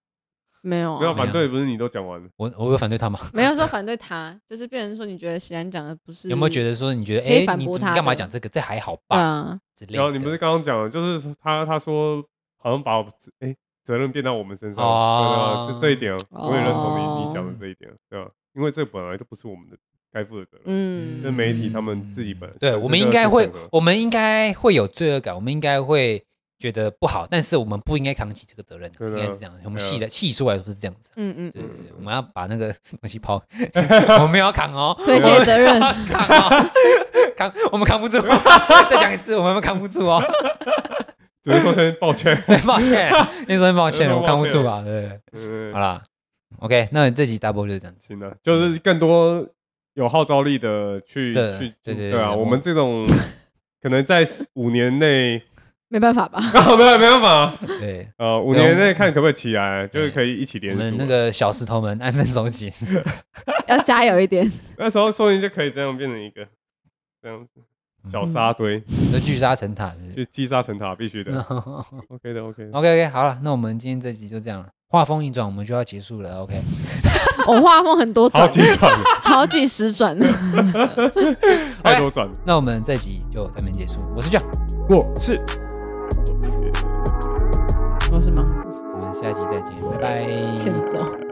没有没有啊，反对，不是你都讲完了，我我有反对他吗？ 没有说反对他，就是变成说你觉得喜安讲的不是有没有觉得说你觉得嗯可以哎、反你驳你他干嘛的讲这个？这还好对吧、啊？之类的。然后你不是刚刚讲了，就是他他说好像把我哎、责任变到我们身上，哦对啊吧？就这一点，我也认同你你讲的哦这一点，啊对吧？因为这本来就不是我们的该负的责任，嗯，那媒体他们自己本来嗯对是我们应该会，我们应该会有罪恶感，我们应该会觉得不好，但是我们不应该扛起这个责任啊、对应的该是这样。我们对啊细的细说来说是这样子啊，嗯嗯对嗯，对对，我们要把那个东西抛， 我们没有要扛哦，推卸责任我们没有要扛哦，扛我们扛不住， 再讲一次，我们扛不住哦，只是说声抱歉， 对，抱歉， 那时候抱歉，我扛不住啊，对，嗯好，啦，OK，那这集 double 就是这样子，行了，就是更多有号召力的去对去对对对啊，对我们这种可能在五年内， 没办法吧？ 啊没有没办法，对。呃，五对年我内看可不可以起来，啊就是对可以一起我联署们啊。那个小石头们 安分守己，要加油一点，那时候说不定就可以这样变成一个这样子小沙堆，就聚沙成塔。是不就是积沙成塔，必 须的。OK 的 OK 的， OK OK，好了，那我们今天这集就这样了，话锋一转，我们就要结束了。OK，我画风很多好转，几转 了，好几十转。 太多转了。那我们这集就到这边结束。我是 John，我是我是忙我们下集再见，拜拜。欠揍。